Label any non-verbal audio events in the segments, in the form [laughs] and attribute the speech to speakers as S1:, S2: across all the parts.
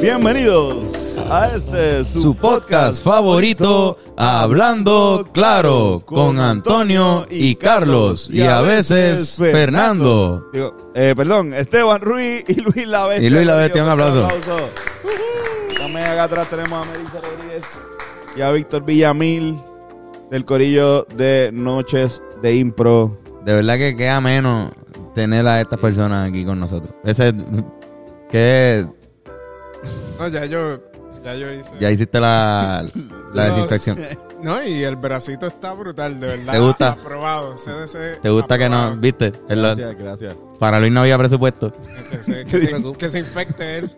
S1: Bienvenidos a este
S2: su podcast favorito, Hablando Claro, con Antonio y Carlos, y a veces Fernando.
S1: Digo, eh, perdón, Esteban Ruiz y Luis La Bestia.
S2: Y Luis La Bestia, un aplauso.
S1: También acá atrás tenemos a Melissa Rodríguez y a Víctor Villamil del corillo de Noches de Impro.
S2: De verdad que queda menos tener a estas personas aquí con nosotros. Ese que
S3: No, ya yo, ya yo hice.
S2: ya hiciste la, la [laughs]
S3: Los-
S2: desinfección.
S3: [laughs] No, y el bracito está brutal, de verdad.
S2: ¿Te gusta?
S3: Aprobado. CDC.
S2: ¿Te gusta que no?
S3: aprobado.
S2: ¿Viste? Es lo-
S1: Gracias, gracias.
S2: para Luis no había presupuesto.
S3: Que se,
S2: [laughs]
S3: que se, que se infecte él.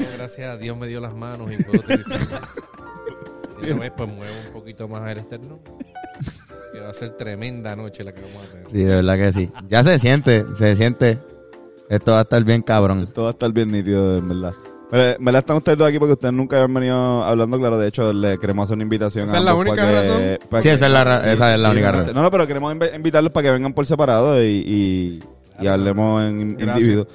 S4: Yo, gracias a Dios me dio las manos y puedo
S3: [laughs]
S4: utilizarlas. Y esta vez pues muevo un poquito más el externo. Que va a ser tremenda noche la que vamos a tener.
S2: Sí, de verdad que sí. Ya se siente, se siente. Esto va a estar bien cabrón.
S1: Todo va a estar bien nítido, en verdad. Me, me la están ustedes dos aquí porque ustedes nunca habían venido hablando claro. De hecho, le queremos hacer una invitación
S3: ¿Esa
S1: a
S3: es la
S1: ambos para
S3: única
S1: que- para
S2: Sí,
S1: que-
S2: esa es la, ra- esa es la
S1: Sí,
S2: única
S1: no,
S2: razón.
S1: No, no, pero queremos inv- invitarlos para que vengan por separado y, y, y hablemos en
S3: Gracias.
S1: individuo.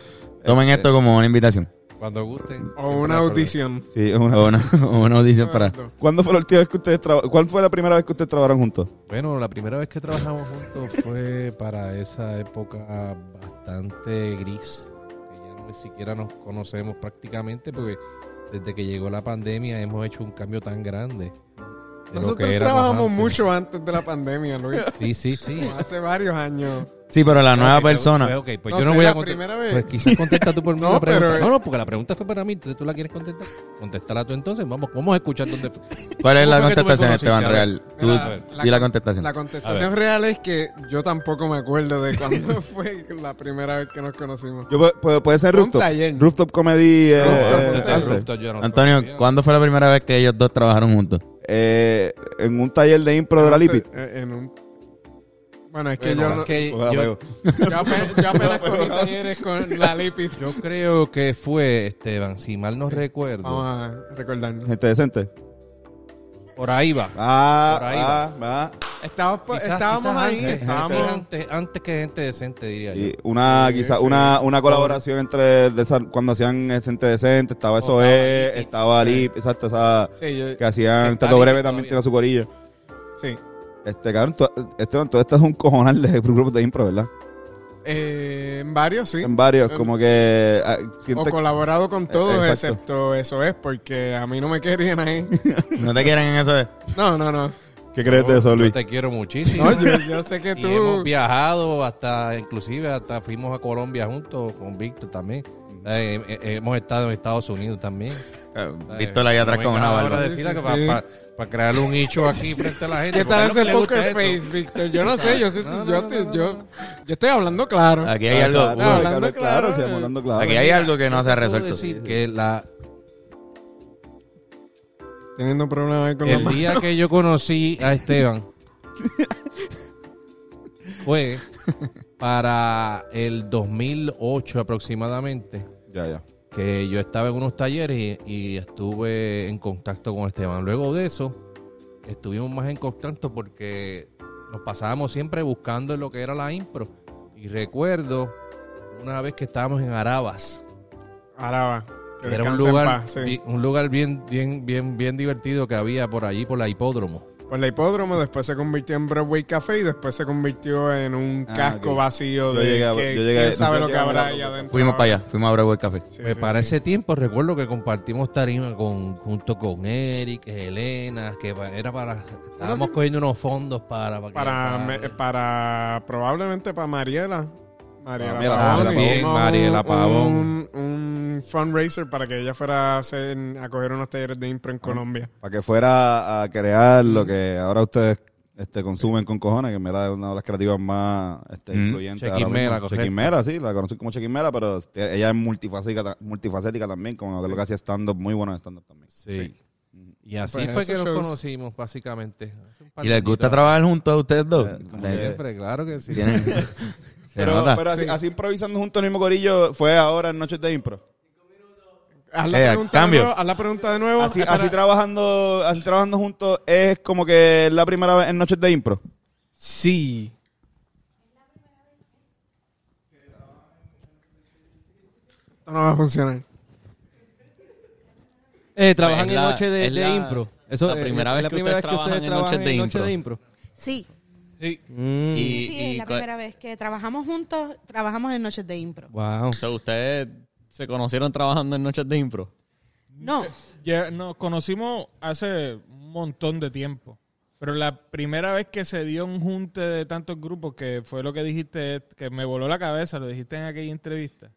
S2: Tomen esto como una invitación.
S4: Cuando gusten.
S3: O una audición.
S1: Sí, es una-
S2: O una, [laughs] o una audición para...
S1: ¿Cuándo fue la última vez que ustedes traba- ¿Cuál fue la primera vez que ustedes trabajaron juntos?
S4: Bueno, la primera vez que trabajamos juntos fue para esa época bastante gris. Que ya ni siquiera nos conocemos prácticamente porque desde que llegó la pandemia hemos hecho un cambio tan grande. de lo
S3: Nosotros
S4: que éramos
S3: trabajamos
S4: antes.
S3: mucho antes de la pandemia,
S2: [laughs]
S3: Luis.
S4: Sí, sí, sí.
S3: Hace varios años.
S2: Sí, pero la nueva
S4: Ok, pues,
S2: persona...
S4: pues, ok, pues
S3: No
S4: yo no
S3: sé,
S4: voy
S3: la
S4: a contestar.
S3: primera vez.
S4: Pues quizás contesta tú
S3: [laughs]
S4: por mí
S3: No,
S4: la pregunta.
S3: pero-
S4: No, no, porque la pregunta fue para mí, entonces tú la quieres contestar. Contestala tú entonces, vamos, vamos a escuchar dónde fue.
S2: ¿Cuál es la
S4: ¿Cómo fue que tú me
S2: contestación,
S4: conociste?
S2: Esteban
S4: A ver,
S2: Real? Tú,
S3: mira, la
S2: di la
S3: con-
S2: contestación.
S3: La contestación real es que yo tampoco me acuerdo de
S2: [laughs]
S3: cuándo [laughs] fue la primera vez que nos conocimos.
S1: Yo, pu- pu- puede ser
S3: Fue un
S1: Rooftop.
S3: taller.
S1: Rooftop Comedy. eh,
S3: Rooftop,
S1: eh,
S3: rooftop,
S1: antes.
S4: Rufto, yo no lo
S2: Antonio,
S4: conocía.
S2: ¿cuándo fue la primera vez que ellos dos trabajaron juntos?
S1: Eh, en un taller de impro de la Lipi.
S3: Eh, en un- Bueno, es que
S4: Bueno,
S3: yo,
S4: es
S3: no-
S4: que
S1: Ojalá,
S4: yo,
S1: amigo.
S4: [laughs]
S3: yo apenas, yo apenas cogí talleres con la Lipi.
S4: yo creo que fue, Esteban, si mal no recuerdo,
S3: Vamos a recordarnos.
S1: Gente decente.
S4: por ahí va.
S1: Ah,
S4: Por ahí
S1: ah, ah.
S3: Estábamos,
S4: Quizás-
S3: pues, estábamos
S4: quizás
S3: ahí,
S4: antes, eh,
S3: estábamos.
S4: quizás antes, antes que gente decente, diría yo.
S1: Y una,
S3: Sí,
S1: quizá
S3: sí.
S1: una, una colaboración entre de esa- cuando hacían Gente Decente, estaba eso
S4: estaba Lip,
S1: estaba Lip, exacto, esa
S3: Sí, yo-
S1: que hacían
S4: Está
S1: Tato
S4: Lip
S1: Breve
S4: todavía.
S1: también tiene su corillo.
S3: sí.
S1: Este cabrón, tú- Esteban, todo esto es un cojonal de grupos de impro, ¿verdad?
S3: Eh, en varios sí.
S1: En varios,
S3: Em,
S1: como que ah,
S3: O
S1: sientes
S3: colaborado
S4: Eh,
S3: con todos,
S1: exacto.
S3: excepto eso es, porque a mí no me
S4: [laughs]
S3: querían ahí.
S2: ¿No te quieren en eso? eh?
S3: No, no, no.
S1: ¿Qué crees de eso,
S4: Yo
S1: Luis?
S4: te quiero muchísimo.
S3: No,
S4: [laughs]
S3: yo, yo sé que
S4: Y hemos
S3: tú.
S4: viajado hasta, inclusive hasta fuimos a Colombia juntos con Víctor también. Eh, eh, eh, hemos estado en Estados Unidos también.
S2: Víctor ahí atrás con una barba.
S3: Sí, sí, sí.
S4: Para crear un nicho aquí frente a la gente.
S3: ¿Qué
S4: porque a
S3: tal
S4: él no
S3: ese
S4: le gusta
S3: poker
S4: eso.
S3: face, Víctor? Yo no sé, yo, sé-
S4: No, no,
S3: yo,
S4: no,
S3: te-
S4: no, no,
S3: yo, yo estoy hablando claro.
S2: Aquí hay algo,
S1: Exacto,
S2: uh,
S1: hay que
S3: Hablando
S1: hablar claro,
S3: claro,
S1: sí,
S3: eh.
S1: hablando claro.
S2: aquí hay algo que no se ha
S4: Puedo
S2: resuelto.
S4: decir que la,
S3: Teniendo problemas con la
S4: el
S3: mano.
S4: día que yo conocí a
S3: [laughs]
S4: Esteban fue para el 2008 aproximadamente.
S1: Ya, ya.
S4: que yo estaba en unos talleres y, y estuve en contacto con Esteban. Luego de eso, estuvimos más en contacto porque nos pasábamos siempre buscando lo que era la impro. Y recuerdo una vez que estábamos en Arabas,
S3: Araba.
S4: que era un lugar, bi- un lugar bien, bien, bien, bien divertido que había por allí, por la hipódromo.
S3: Por Pues la hipódromo, después se convirtió en Broadway Café y después se convirtió en un
S1: Ah,
S3: casco
S1: ok. Yo
S3: vacío de
S1: llegué a-
S3: que,
S1: yo llegué-
S3: quién sabe
S1: yo
S3: lo que
S1: llegué a
S3: habrá
S1: Broadway
S3: ahí
S1: Café.
S3: adentro.
S2: Fuimos para allá, fuimos a Bravo Café.
S3: Sí,
S4: Pues
S3: sí,
S4: para
S3: sí.
S4: ese tiempo recuerdo que compartimos tarima con, junto con Eric, Elena, que pa- era para... Estábamos cogiendo unos fondos para... que-
S3: para,
S1: Ah,
S3: me- para probablemente para Mariela. Mariela
S1: Ah, Mariela
S3: Pavón.
S1: Pavón.
S3: hicimos
S4: Bien, Mariela Pavón.
S3: Un, un fundraiser para que ella fuera a, hacer, a coger unos talleres de
S1: Ah.
S3: impro en Colombia.
S1: Para que fuera a crear lo que ahora ustedes este, consumen con cojones, que en verdad es una de las creativas más este,
S2: Mm.
S1: influyentes. ahora
S4: Chequimera,
S1: mismo.
S4: correcto.
S1: Chequimera, sí, la conocí como Chequimera, pero te- ella es multifacética, multifacética también, como que lo que hacía stand-up, muy bueno en stand-up también.
S4: Sí. Y así
S3: Pues
S4: fue
S3: esos
S4: que nos
S3: shows.
S4: conocimos, básicamente. Hace un par
S2: ¿Y
S4: de
S2: les gusta
S4: añitos.
S2: trabajar juntos a ustedes dos?
S1: Eh, como
S2: Se-
S4: Siempre, claro que sí.
S2: [laughs] tienen- [laughs] se
S1: Pero,
S2: nota.
S1: pero así, así improvisando juntos en el mismo corillo, fue ahora en Noches de Impro.
S3: Haz la,
S2: Eh,
S3: pregunta
S2: cambio.
S3: De nuevo, haz la pregunta de nuevo.
S1: Así,
S3: Espera.
S1: así trabajando así trabajando juntos es como que la primera vez en Noches de Impro.
S3: sí. Esto no va a funcionar.
S5: Eh, trabajan
S6: Pues
S5: en
S6: es la-
S5: noche de,
S6: es
S5: de
S6: la-
S5: impro. Eso,
S6: la
S5: eh,
S6: primera
S5: es
S6: vez
S5: la
S6: que
S5: primera
S6: ustedes trabajan en noches de impro.
S7: Sí,
S4: Sí.
S5: Mm,
S6: Y-
S7: sí,
S6: y
S7: es la
S6: cua-
S7: primera vez que trabajamos juntos, trabajamos en noches de impro.
S2: Ah,
S5: Wow.
S6: O sea, ustedes se conocieron trabajando en noches de impro.
S7: No,
S8: Ya nos conocimos hace un montón de tiempo. Pero la primera vez que se dio un junte de tantos grupos, que fue lo que dijiste, que me voló la cabeza, lo dijiste en aquella entrevista.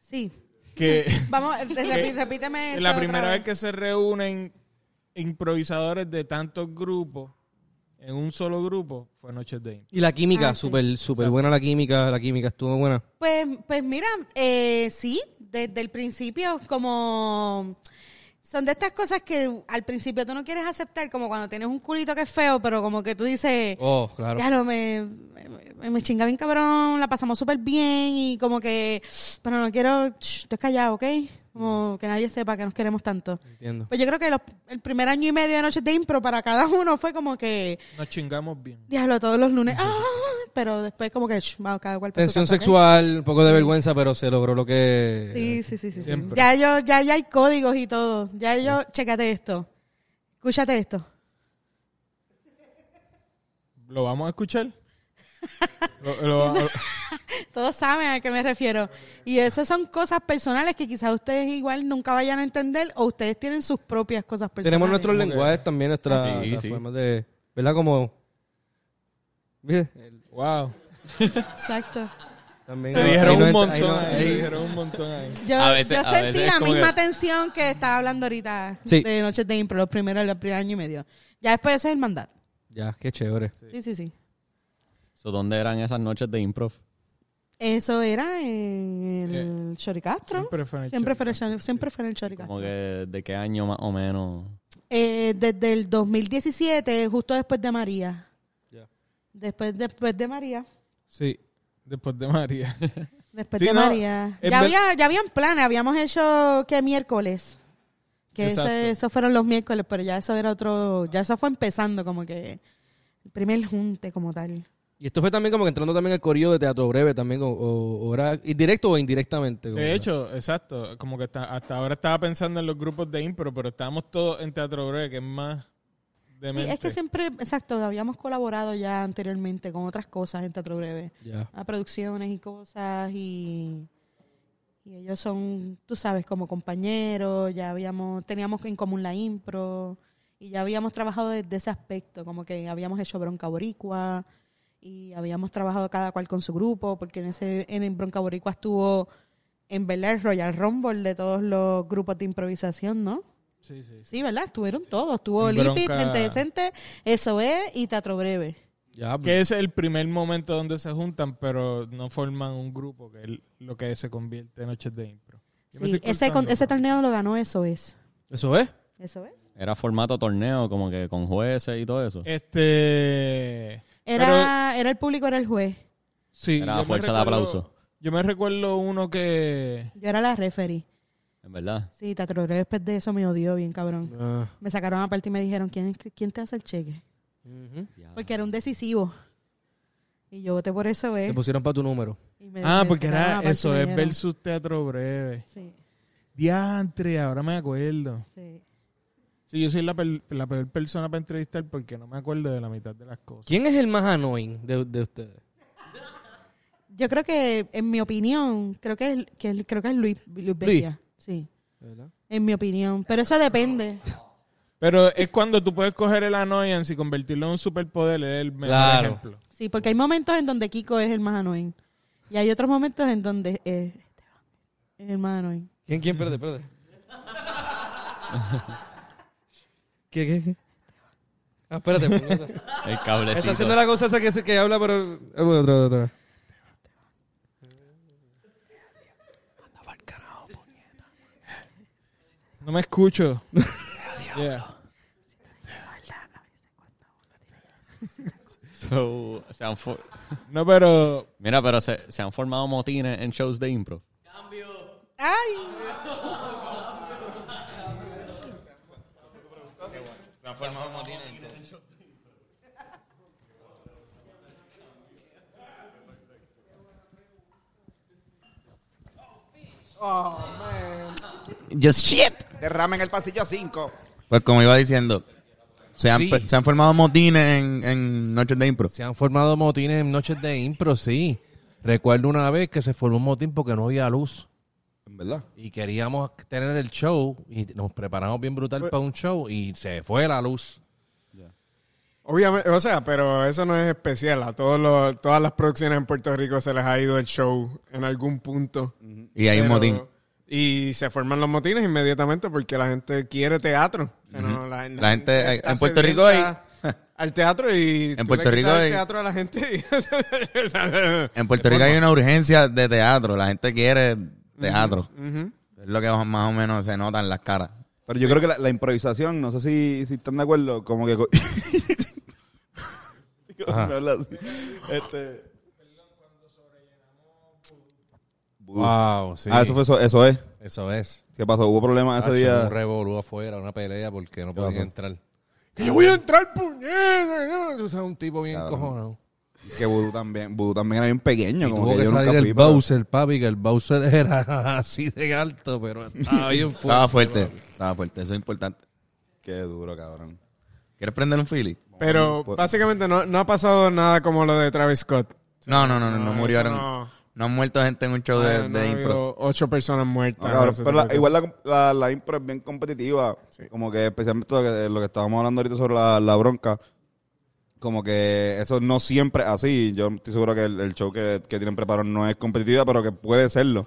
S7: sí.
S8: [laughs] Que
S7: Vamos, eh, repi- repíteme eso
S8: la
S7: otra
S8: primera vez que se reúnen improvisadores de tantos grupos en un solo grupo fue Noches de Impro.
S5: Y la química,
S7: Ah, sí.
S5: súper súper buena la química, la química estuvo buena.
S7: Pues, pues mira, eh, sí, desde el principio, como son de estas cosas que al principio tú no quieres aceptar, como cuando tienes un culito que es feo, pero como que tú dices,
S5: Oh, claro.
S7: ya lo me, me, me chinga bien cabrón, la pasamos súper bien y como que, pero no quiero, shh, estoy callado, ¿ok? Como que nadie sepa que nos queremos tanto.
S5: [laughs] Entiendo.
S7: Pues yo creo que los- el primer año y medio de noches de impro para cada uno fue como que,
S8: Nos chingamos bien.
S7: diablo, todos los lunes, ¡ah! pero después como que, shh, vamos, cada cual por su
S5: Tensión
S7: casa, ¿ok?
S5: sexual, un poco de vergüenza, pero se logró lo que...
S7: Sí, sí, sí, sí. sí.
S8: Siempre.
S7: Ya yo, ya, ya hay códigos y todo. Ya yo, chécate esto. Escúchate esto.
S8: ¿Lo vamos a [laughs] escuchar? Lo- lo- lo-
S7: Todos saben a qué me refiero. Y esas son cosas personales que quizás ustedes igual nunca vayan a entender o ustedes tienen sus propias cosas personales.
S5: Tenemos nuestros lenguajes también, nuestras
S6: Sí,
S5: nuestras
S6: sí.
S5: formas de... ¿Verdad? Como... ¿Viste?
S8: wow.
S7: Exacto.
S5: También,
S8: Se
S5: ahí
S8: dijeron
S5: no
S8: un
S5: entra-
S8: montón
S5: ahí no-
S8: ahí,
S5: ahí-
S8: se dijeron un montón ahí.
S7: Yo,
S6: A veces-
S7: yo
S6: a
S7: sentí
S6: veces es
S7: la
S6: como
S7: misma
S6: que-
S7: tensión que estaba hablando ahorita
S5: Sí.
S7: de Noches de Impro, los primeros, los primer año y medio. Ya después ese es el mandato.
S5: Ya, qué chévere.
S7: Sí, sí, sí.
S6: So, ¿Dónde eran esas noches de improv?
S7: Eso era en el Choricastro.
S8: Siempre fue en el
S7: Eh, Siempre
S8: show.
S7: fue en el Chori- siempre fue en el Choricastro.
S6: Como que Eh, de qué año más o menos.
S7: Eh, desde el 2017, justo después de María.
S5: Ya.
S7: Después, después de María.
S8: Sí, después de María.
S7: Después
S8: Sí,
S7: de
S8: no,
S7: María.
S8: es
S7: Ya,
S8: ver-
S7: había, ya habían planes, habíamos hecho que miércoles. Que eso-
S8: Exacto.
S7: esos fueron los miércoles, pero ya eso era otro, ya eso fue empezando como que el primer junte como tal.
S5: Y esto fue también como que entrando también al corrido de teatro breve también, o, o- o era directo o indirectamente. como
S8: De
S5: era.
S8: hecho, exacto. Como que hasta, hasta ahora estaba pensando en los grupos de impro, pero estábamos todos en Teatro Breve, que es más de
S7: Sí, es que siempre, exacto, habíamos colaborado ya anteriormente con otras cosas en Teatro Breve.
S5: Ya.
S7: a producciones y cosas y, y ellos son, tú sabes, como compañeros, ya habíamos, teníamos en común la impro y ya habíamos trabajado desde ese aspecto, como que habíamos hecho Bronca Boricua y habíamos trabajado cada cual con su grupo, porque en ese en el Bronca Boricua estuvo en verdad el Royal Rumble de todos los grupos de improvisación, ¿no?
S8: Sí, sí.
S7: Sí, ¿verdad? Estuvieron todos, estuvo
S8: Bronca-
S7: Lipit, Gente Decente, SOE y Teatro Breve.
S6: Ah,
S5: Ya,
S6: pues.
S8: Que es el primer momento donde se juntan, pero no forman un grupo, que es lo que se convierte en Noches de Impro. Yo me
S7: Sí,
S8: estoy
S7: ese, con-
S8: cortando,
S7: ese
S8: pero-
S7: torneo lo ganó SOS.
S5: ¿Eso es?
S7: ¿Eso es?
S6: Era formato torneo, como que con jueces y todo eso.
S7: Eh,
S8: Este.
S7: Era, era el público, era el juez.
S8: Sí,
S6: Era
S8: yo me
S6: fuerza de
S8: recuerdo-
S6: aplauso.
S8: Yo me recuerdo uno que.
S7: Yo era la referee.
S6: En verdad.
S7: Sí, te atreveré después de eso, me odió bien, cabrón.
S5: Ah.
S7: Me sacaron aparte y me dijeron, ¿quién, es- quién te hace el cheque?
S5: Ujú.
S7: Porque era un decisivo. Y yo voté por eso,
S5: Te
S7: ¿eh?
S5: pusieron para tu número.
S7: Y me-
S8: Ah,
S7: me
S8: porque
S7: sacaron
S8: era
S7: aparte y
S8: eso,
S7: me
S8: es
S7: dijeron-
S8: versus Teatro Breve.
S7: Sí,
S8: Diantre, ahora me acuerdo.
S7: sí.
S8: Sí, yo soy la, per- la peor persona para entrevistar porque no me acuerdo de la mitad de las cosas.
S5: ¿Quién es el más annoying de, de ustedes?
S7: Yo creo que, en mi opinión, creo que es, que es- creo que es Luis, Luis Bestia. Sí,
S5: ¿Verdad?
S7: en mi opinión. Pero eso depende.
S8: Pero es cuando tú puedes coger el annoyance y convertirlo en un superpoder, es el mejor
S5: Claro.
S8: ejemplo.
S7: Sí, porque hay momentos en donde Kiko es el más annoying. Y hay otros momentos en donde eh, Esteban es el más annoying.
S5: ¿Quién, quién? Espérate, espérate. ¿Qué, qué, qué? Ah, espérate.
S7: [laughs]
S5: espérate.
S6: El
S5: Está
S6: cablecito.
S5: haciendo la cosa esa que, se- que habla, pero... Ah, bueno, Otra, otra, otra.
S8: No me escucho. Yeah.
S6: [laughs] So, se han for-
S8: No, pero
S6: Mira, pero se, se han formado motines en shows de impro.
S7: ¡Ay!
S6: Se han formado motines en shows.
S9: Just shit.
S1: Derrame en el pasillo 5.
S2: Pues como iba diciendo, se han,
S4: Sí.
S2: pe- se han formado motines en, en noches de impro.
S4: Se han formado motines en noches de impro, sí. Recuerdo una vez que se formó un motín porque no había luz.
S1: En verdad.
S4: Y queríamos tener el show y nos preparamos bien brutal
S1: Pues
S4: para un show y se fue la luz.
S3: Obviamente, o sea, pero eso no es especial. A todos los, todas las producciones en Puerto Rico se les ha ido el show en algún punto.
S2: Y hay un
S3: Pero-
S2: motín.
S3: Y se forman los motines inmediatamente porque la gente quiere teatro. O sea, no, la,
S2: La gente-
S3: está
S2: en Puerto Rico
S3: sedienta Al teatro y. tú le
S2: Puerto Rico
S3: quitas el
S2: hay-
S3: teatro a la gente y- [laughs] o sea,
S2: [laughs] En Puerto Rico hay una urgencia de teatro. La gente quiere teatro.
S3: ujú.
S2: Es lo que más o menos se nota en las caras.
S1: Pero yo creo que la, la improvisación, no sé si, si están de acuerdo, como que... co- [laughs] Me habla así. Este...
S4: Wow, sí.
S1: Ah, eso fue eso, eso es.
S4: Eso es.
S1: ¿Qué pasó? ¿Hubo problemas ese
S4: Hacho,
S1: día?
S4: Ah, Un revolú afuera, una pelea porque no podían
S1: pasó?
S4: entrar. Que yo voy a entrar, puñeta. O sea, un tipo bien
S1: Cabrón.
S4: cojonado.
S1: Que Vudú también, Vudú también era bien pequeño.
S4: Y
S1: como
S4: tuvo que,
S1: yo nunca
S4: salir
S1: fui,
S4: el
S1: pero-
S4: Bowser, papi, que el Bowser [laughs] era así de alto, pero estaba bien
S2: Estaba
S4: fuerte.
S2: fuerte. Estaba fuerte. Eso es importante.
S1: Qué duro, cabrón.
S2: ¿Quieres prender un Philly?
S3: Pero
S1: Pues-
S3: básicamente no, no ha pasado nada como lo de Travis Scott.
S2: No, no, no, no, no
S3: eso
S2: murieron. No.
S3: No,
S2: han muerto gente en un show de,
S3: Ah, no
S2: de
S3: ha
S2: impro. pues
S3: habido Ocho personas
S1: No,
S3: muertas.
S1: cabrón,
S3: ese
S1: pero la-
S3: tipo de
S1: igual la, la- la impro es bien competitiva. Como que especialmente lo que, lo que estábamos hablando ahorita sobre la, la bronca. Como que eso no siempre es así. Yo estoy seguro que el, el show que, que tienen preparado no es competitiva, pero que puede serlo.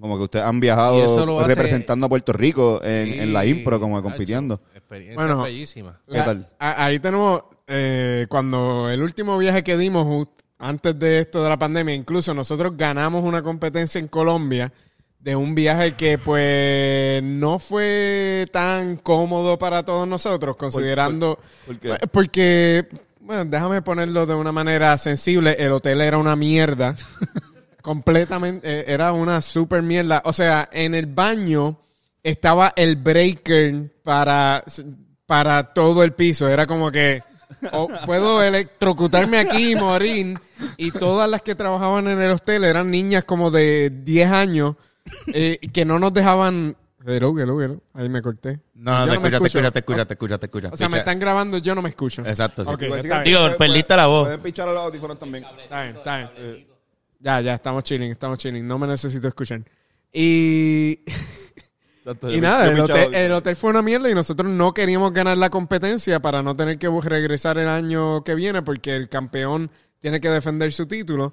S1: Como que ustedes han
S4: Y eso lo
S1: viajado
S4: hace-
S1: representando a Puerto Rico en,
S4: Sí,
S1: en la impro, como
S4: Hacho,
S1: compitiendo.
S4: Experiencia
S3: Bueno.
S4: bellísima.
S1: ¿Qué
S3: La-
S1: tal?
S3: a- ahí tenemos, eh, cuando el último viaje que dimos ju- antes de esto de la pandemia, incluso nosotros ganamos una competencia en Colombia de un viaje que pues no fue tan cómodo para todos nosotros, considerando...
S1: por qué?
S3: Pues, Porque, bueno, déjame ponerlo de una manera sensible, el hotel era una mierda. [laughs] Completamente, eh, era una super mierda. O sea, en el baño estaba el breaker para, para todo el piso. Era como que o puedo electrocutarme aquí y morir. Y todas las que trabajaban en el hotel eran niñas como de 10 años eh, que no nos dejaban... Hello, hello, hello. Ahí me corté.
S2: No, no,
S3: Yo
S2: te,
S3: me
S2: escucha, te
S3: escucho.
S2: escucha, te escucha, te escucha, te escucha.
S3: O sea, me
S2: Picha.
S3: están grabando, yo no me escucho.
S2: Exacto, sí.
S3: Ok,
S1: Igual sí que-
S3: está bien,
S2: Digo,
S1: pueden-
S2: perdiste la voz.
S1: Pueden pichar a los audífonos también.
S3: está bien, está bien. Ya, ya, estamos chilling, estamos chilling. No me necesito escuchar. Y,
S1: Exacto,
S3: y
S1: yo-
S3: nada,
S1: yo
S3: el
S1: pichaba
S3: hotel, el
S1: audífonos.
S3: hotel fue una mierda y nosotros no queríamos ganar la competencia para no tener que regresar el año que viene porque el campeón tiene que defender su título.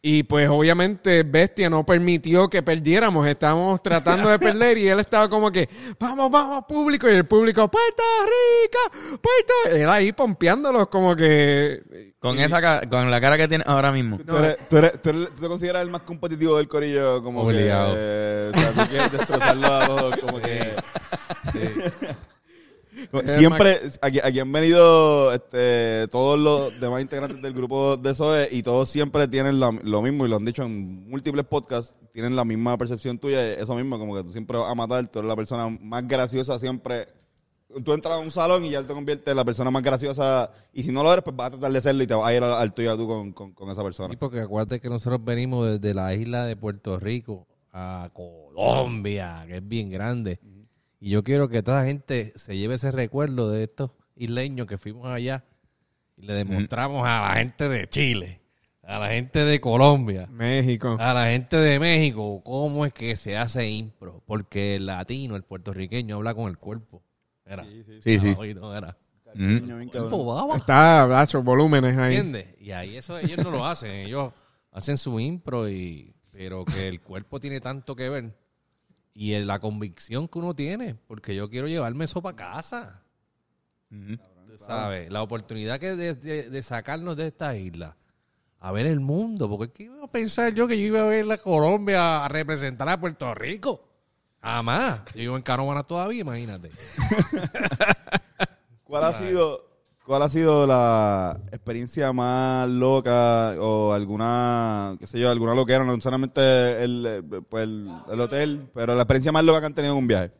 S3: Y pues obviamente Bestia no permitió que perdiéramos. Estábamos tratando de perder y él estaba como que, vamos, vamos, público. Y el público, Puerto Rico, Puerto... Él ahí pompeándolos como que...
S2: Con, esa, ca- con la cara que tienes ahora mismo.
S1: Tú, eres, tú, eres- tú eres- tú te consideras el más competitivo del corillo, como
S4: Obligado.
S1: que. eh, o sea, tú quieres destrozarlo a todos, como que. [laughs] Como Siempre, aquí, aquí han venido este, todos los demás integrantes del grupo de SOE y todos siempre tienen la- lo mismo y lo han dicho en múltiples podcasts, tienen la misma percepción tuya, eso mismo, como que tú siempre vas a matar, tú eres la persona más graciosa siempre. Tú entras a un salón y ya te conviertes en la persona más graciosa y si no lo eres, pues vas a tratar de serlo y te vas a ir al, al tuyo a tú con, con- con esa persona.
S4: Sí, porque acuérdate que nosotros venimos desde la isla de Puerto Rico a Colombia, que es bien grande. Y yo quiero que toda la gente se lleve ese recuerdo de estos isleños que fuimos allá y le demostramos a la gente de Chile, a la gente de Colombia,
S3: México.
S4: a la gente de México, cómo es que se hace impro. Porque el latino, el puertorriqueño, habla con el cuerpo. Era.
S2: Sí, sí.
S4: Ay, no, era.
S2: Mm.
S4: Cuerpo, baba.
S3: Está, bacho, volúmenes ahí.
S4: ¿Entiendes? Y ahí eso ellos no lo hacen, ellos hacen su impro y pero que el cuerpo tiene tanto que ver y en la convicción que uno tiene, porque yo quiero llevarme eso para casa. Tú ¿Sabes? La oportunidad que de, de- de sacarnos de esta isla a ver el mundo, porque ¿qué iba a pensar yo que yo iba a ver la Colombia a representar a Puerto Rico? Jamás. Yo vivo en Carovana todavía, imagínate.
S1: ¿Cuál ha sido, cuál ha sido la experiencia más loca o alguna, qué sé yo, alguna loquera, no solamente el, eh, pues, el, el hotel, pero la experiencia más loca que han tenido en un viaje?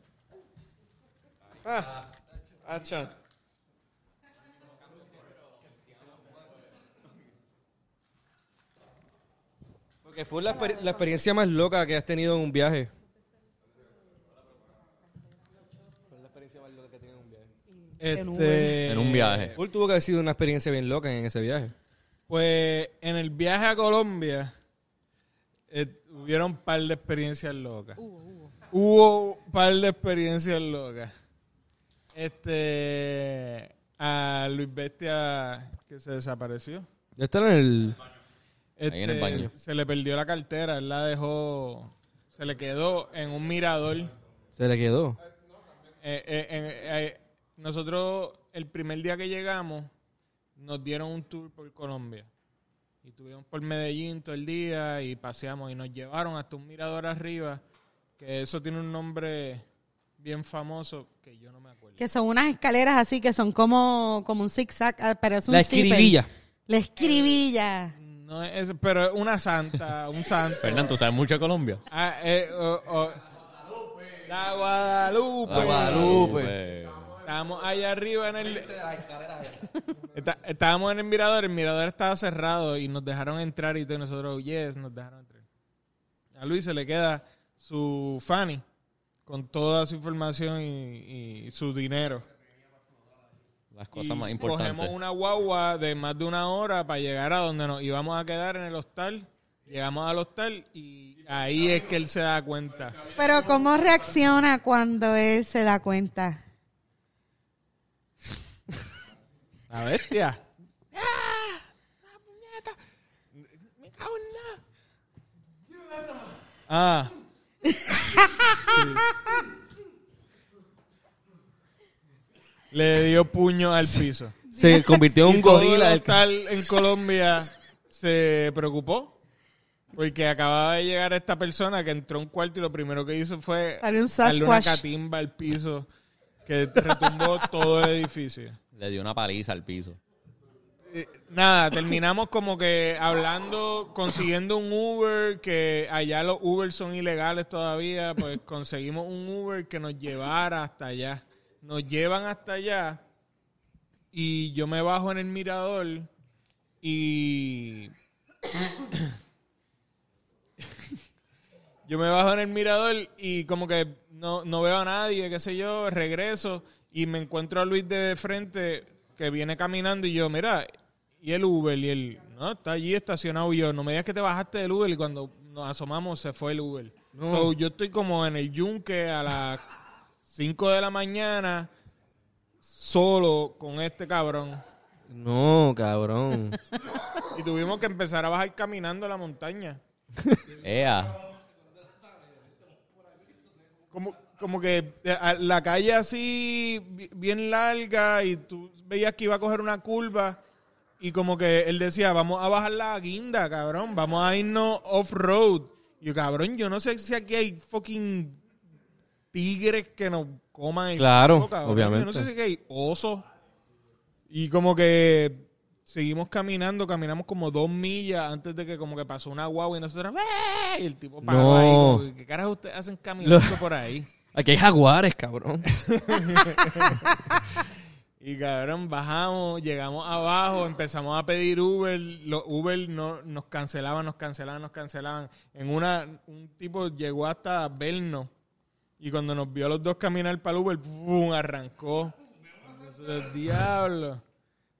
S5: Porque fue la, exper- la experiencia más loca que has tenido en un viaje.
S7: En un-
S8: Este,
S6: En un viaje.
S5: Cool tuvo que haber sido una experiencia bien loca en ese viaje.
S8: Pues en el viaje a Colombia eh, hubieron un par de experiencias locas.
S7: Hubo, hubo.
S8: Hubo un par de experiencias locas. Este. A Luis Bestia que se desapareció.
S5: Ya está en el...
S8: Este,
S6: en el baño.
S8: Se le perdió la cartera, él la dejó. Se le quedó en un mirador.
S5: Se le quedó.
S8: Eh, eh, eh, eh, nosotros, el primer día que llegamos, nos dieron un tour por Colombia. Y estuvimos por Medellín todo el día y paseamos y nos llevaron hasta un mirador arriba, que eso tiene un nombre bien famoso que yo no me acuerdo.
S7: Que son unas escaleras así que son como, como un zigzag, ah, pero es un
S5: La
S7: zipper.
S5: escribilla.
S7: La escribilla.
S8: No es, pero es una santa, un santo.
S6: Fernando, ¿sabes mucho de Colombia?
S8: Ah, eh, oh, oh. La Guadalupe.
S6: Guadalupe.
S8: Estábamos allá arriba en el. Está- estábamos en el mirador, el mirador estaba cerrado y nos dejaron entrar y todo, y nosotros, yes, nos dejaron entrar. A Luis se le queda su Fanny con toda su información y, y su dinero.
S6: Las cosas
S8: Y
S6: más
S8: Cogemos
S6: importantes.
S8: una guagua de más de una hora para llegar a donde nos íbamos a quedar en el hostal. Llegamos al hostal y ahí es que él se da cuenta.
S7: Pero ¿cómo reacciona cuando él se da cuenta?
S8: La bestia. ¡Ah! ¡La puñeta! ¡Me cago en nada! Ah. Le dio puño al piso.
S5: Se convirtió en un
S8: Y todo
S5: gorila.
S8: El hostal en Colombia se preocupó porque acababa de llegar esta persona que entró a un cuarto y lo primero que hizo fue
S7: Salió un
S8: darle una
S7: Sasquatch.
S8: catimba al piso que retumbó todo el edificio.
S6: Le dio una paliza al piso.
S8: Eh, nada, terminamos como que hablando, consiguiendo un Uber, que allá los Uber son ilegales todavía, pues conseguimos un Uber que nos llevara hasta allá. Nos llevan hasta allá y yo me bajo en el mirador y... yo me bajo en el mirador y como que no, no veo a nadie, qué sé yo, regreso y me encuentro a Luis de frente que viene caminando y yo, mira, y el Uber y él, no, está allí estacionado y yo, no me digas que te bajaste del Uber y cuando nos asomamos se fue el Uber. So, yo estoy como en el yunque a las [laughs] 5 de la mañana solo con este cabrón.
S5: No, cabrón.
S8: Y tuvimos que empezar a bajar caminando la montaña.
S6: Ea.
S8: Como, como que eh, a- la calle así, bi- bien larga, y tú veías que iba a coger una curva. Y como que él decía, vamos a bajar la guinda, cabrón. Vamos a irnos off-road. Y yo, cabrón, yo no sé si aquí hay fucking tigres que nos coman. el
S5: Claro,
S8: culo, cabrón.
S5: obviamente.
S8: Yo no sé si aquí hay osos. Y como que seguimos caminando, caminamos como dos millas antes de que como que pasó una guagua y nosotros... "¡Eh!", Y el tipo paró
S5: No.
S8: ahí. como que, ¿Qué caras ustedes hacen caminando por ahí?
S5: Aquí hay jaguares, cabrón.
S8: Y cabrón, bajamos, llegamos abajo, empezamos a pedir Uber, los Uber no, nos cancelaban, nos cancelaban, nos cancelaban. En una, un tipo llegó hasta vernos y cuando nos vio a los dos caminar para el Uber, ¡pum! arrancó. Nosotros, diablo.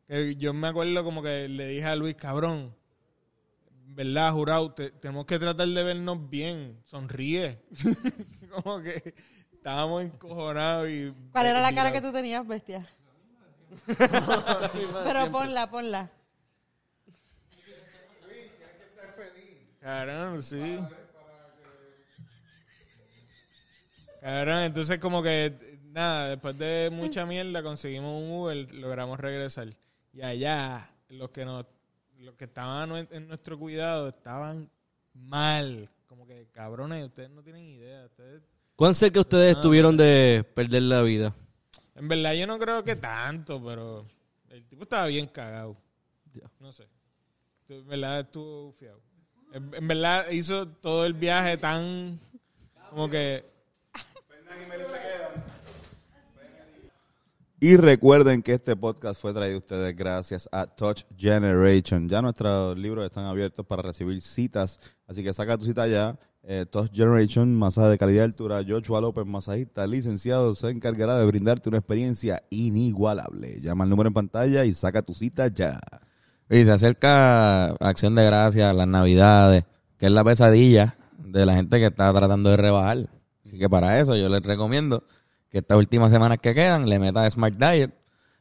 S8: Que yo me acuerdo como que le dije a Luis, cabrón, ¿verdad, jurado? Te- tenemos que tratar de vernos bien, sonríe. [laughs] como que estábamos encojonados y...
S7: ¿Cuál era la cara
S8: virados.
S7: que tú tenías, bestia? Pero ponla, ponla.
S8: Cabrón, sí. Cabrón, entonces como que, nada, después de mucha mierda conseguimos un Uber, logramos regresar. Y allá, los que nos, los que estaban en- en nuestro cuidado estaban mal. Como que, cabrones, ustedes no tienen idea. ustedes-
S5: ¿Cuán cerca ustedes estuvieron de perder la vida?
S8: En verdad yo no creo que tanto, pero el tipo estaba bien cagado.
S5: Ya.
S8: No sé. En verdad estuvo fiado. En, en verdad hizo todo el viaje tan como que
S1: Y recuerden que este podcast fue traído a ustedes gracias a Touch Generation. Ya nuestros libros están abiertos para recibir citas, así que saca tu cita ya Eh, Touch Generation, masaje de calidad y altura. Joshua López, masajista licenciado, se encargará de brindarte una experiencia inigualable. Llama al número en pantalla y saca tu cita ya.
S2: Y se acerca Acción de Gracias, las Navidades, que es la pesadilla de la gente que está tratando de rebajar. Así que para eso yo les recomiendo que estas últimas semanas que quedan le metas Smart Diet,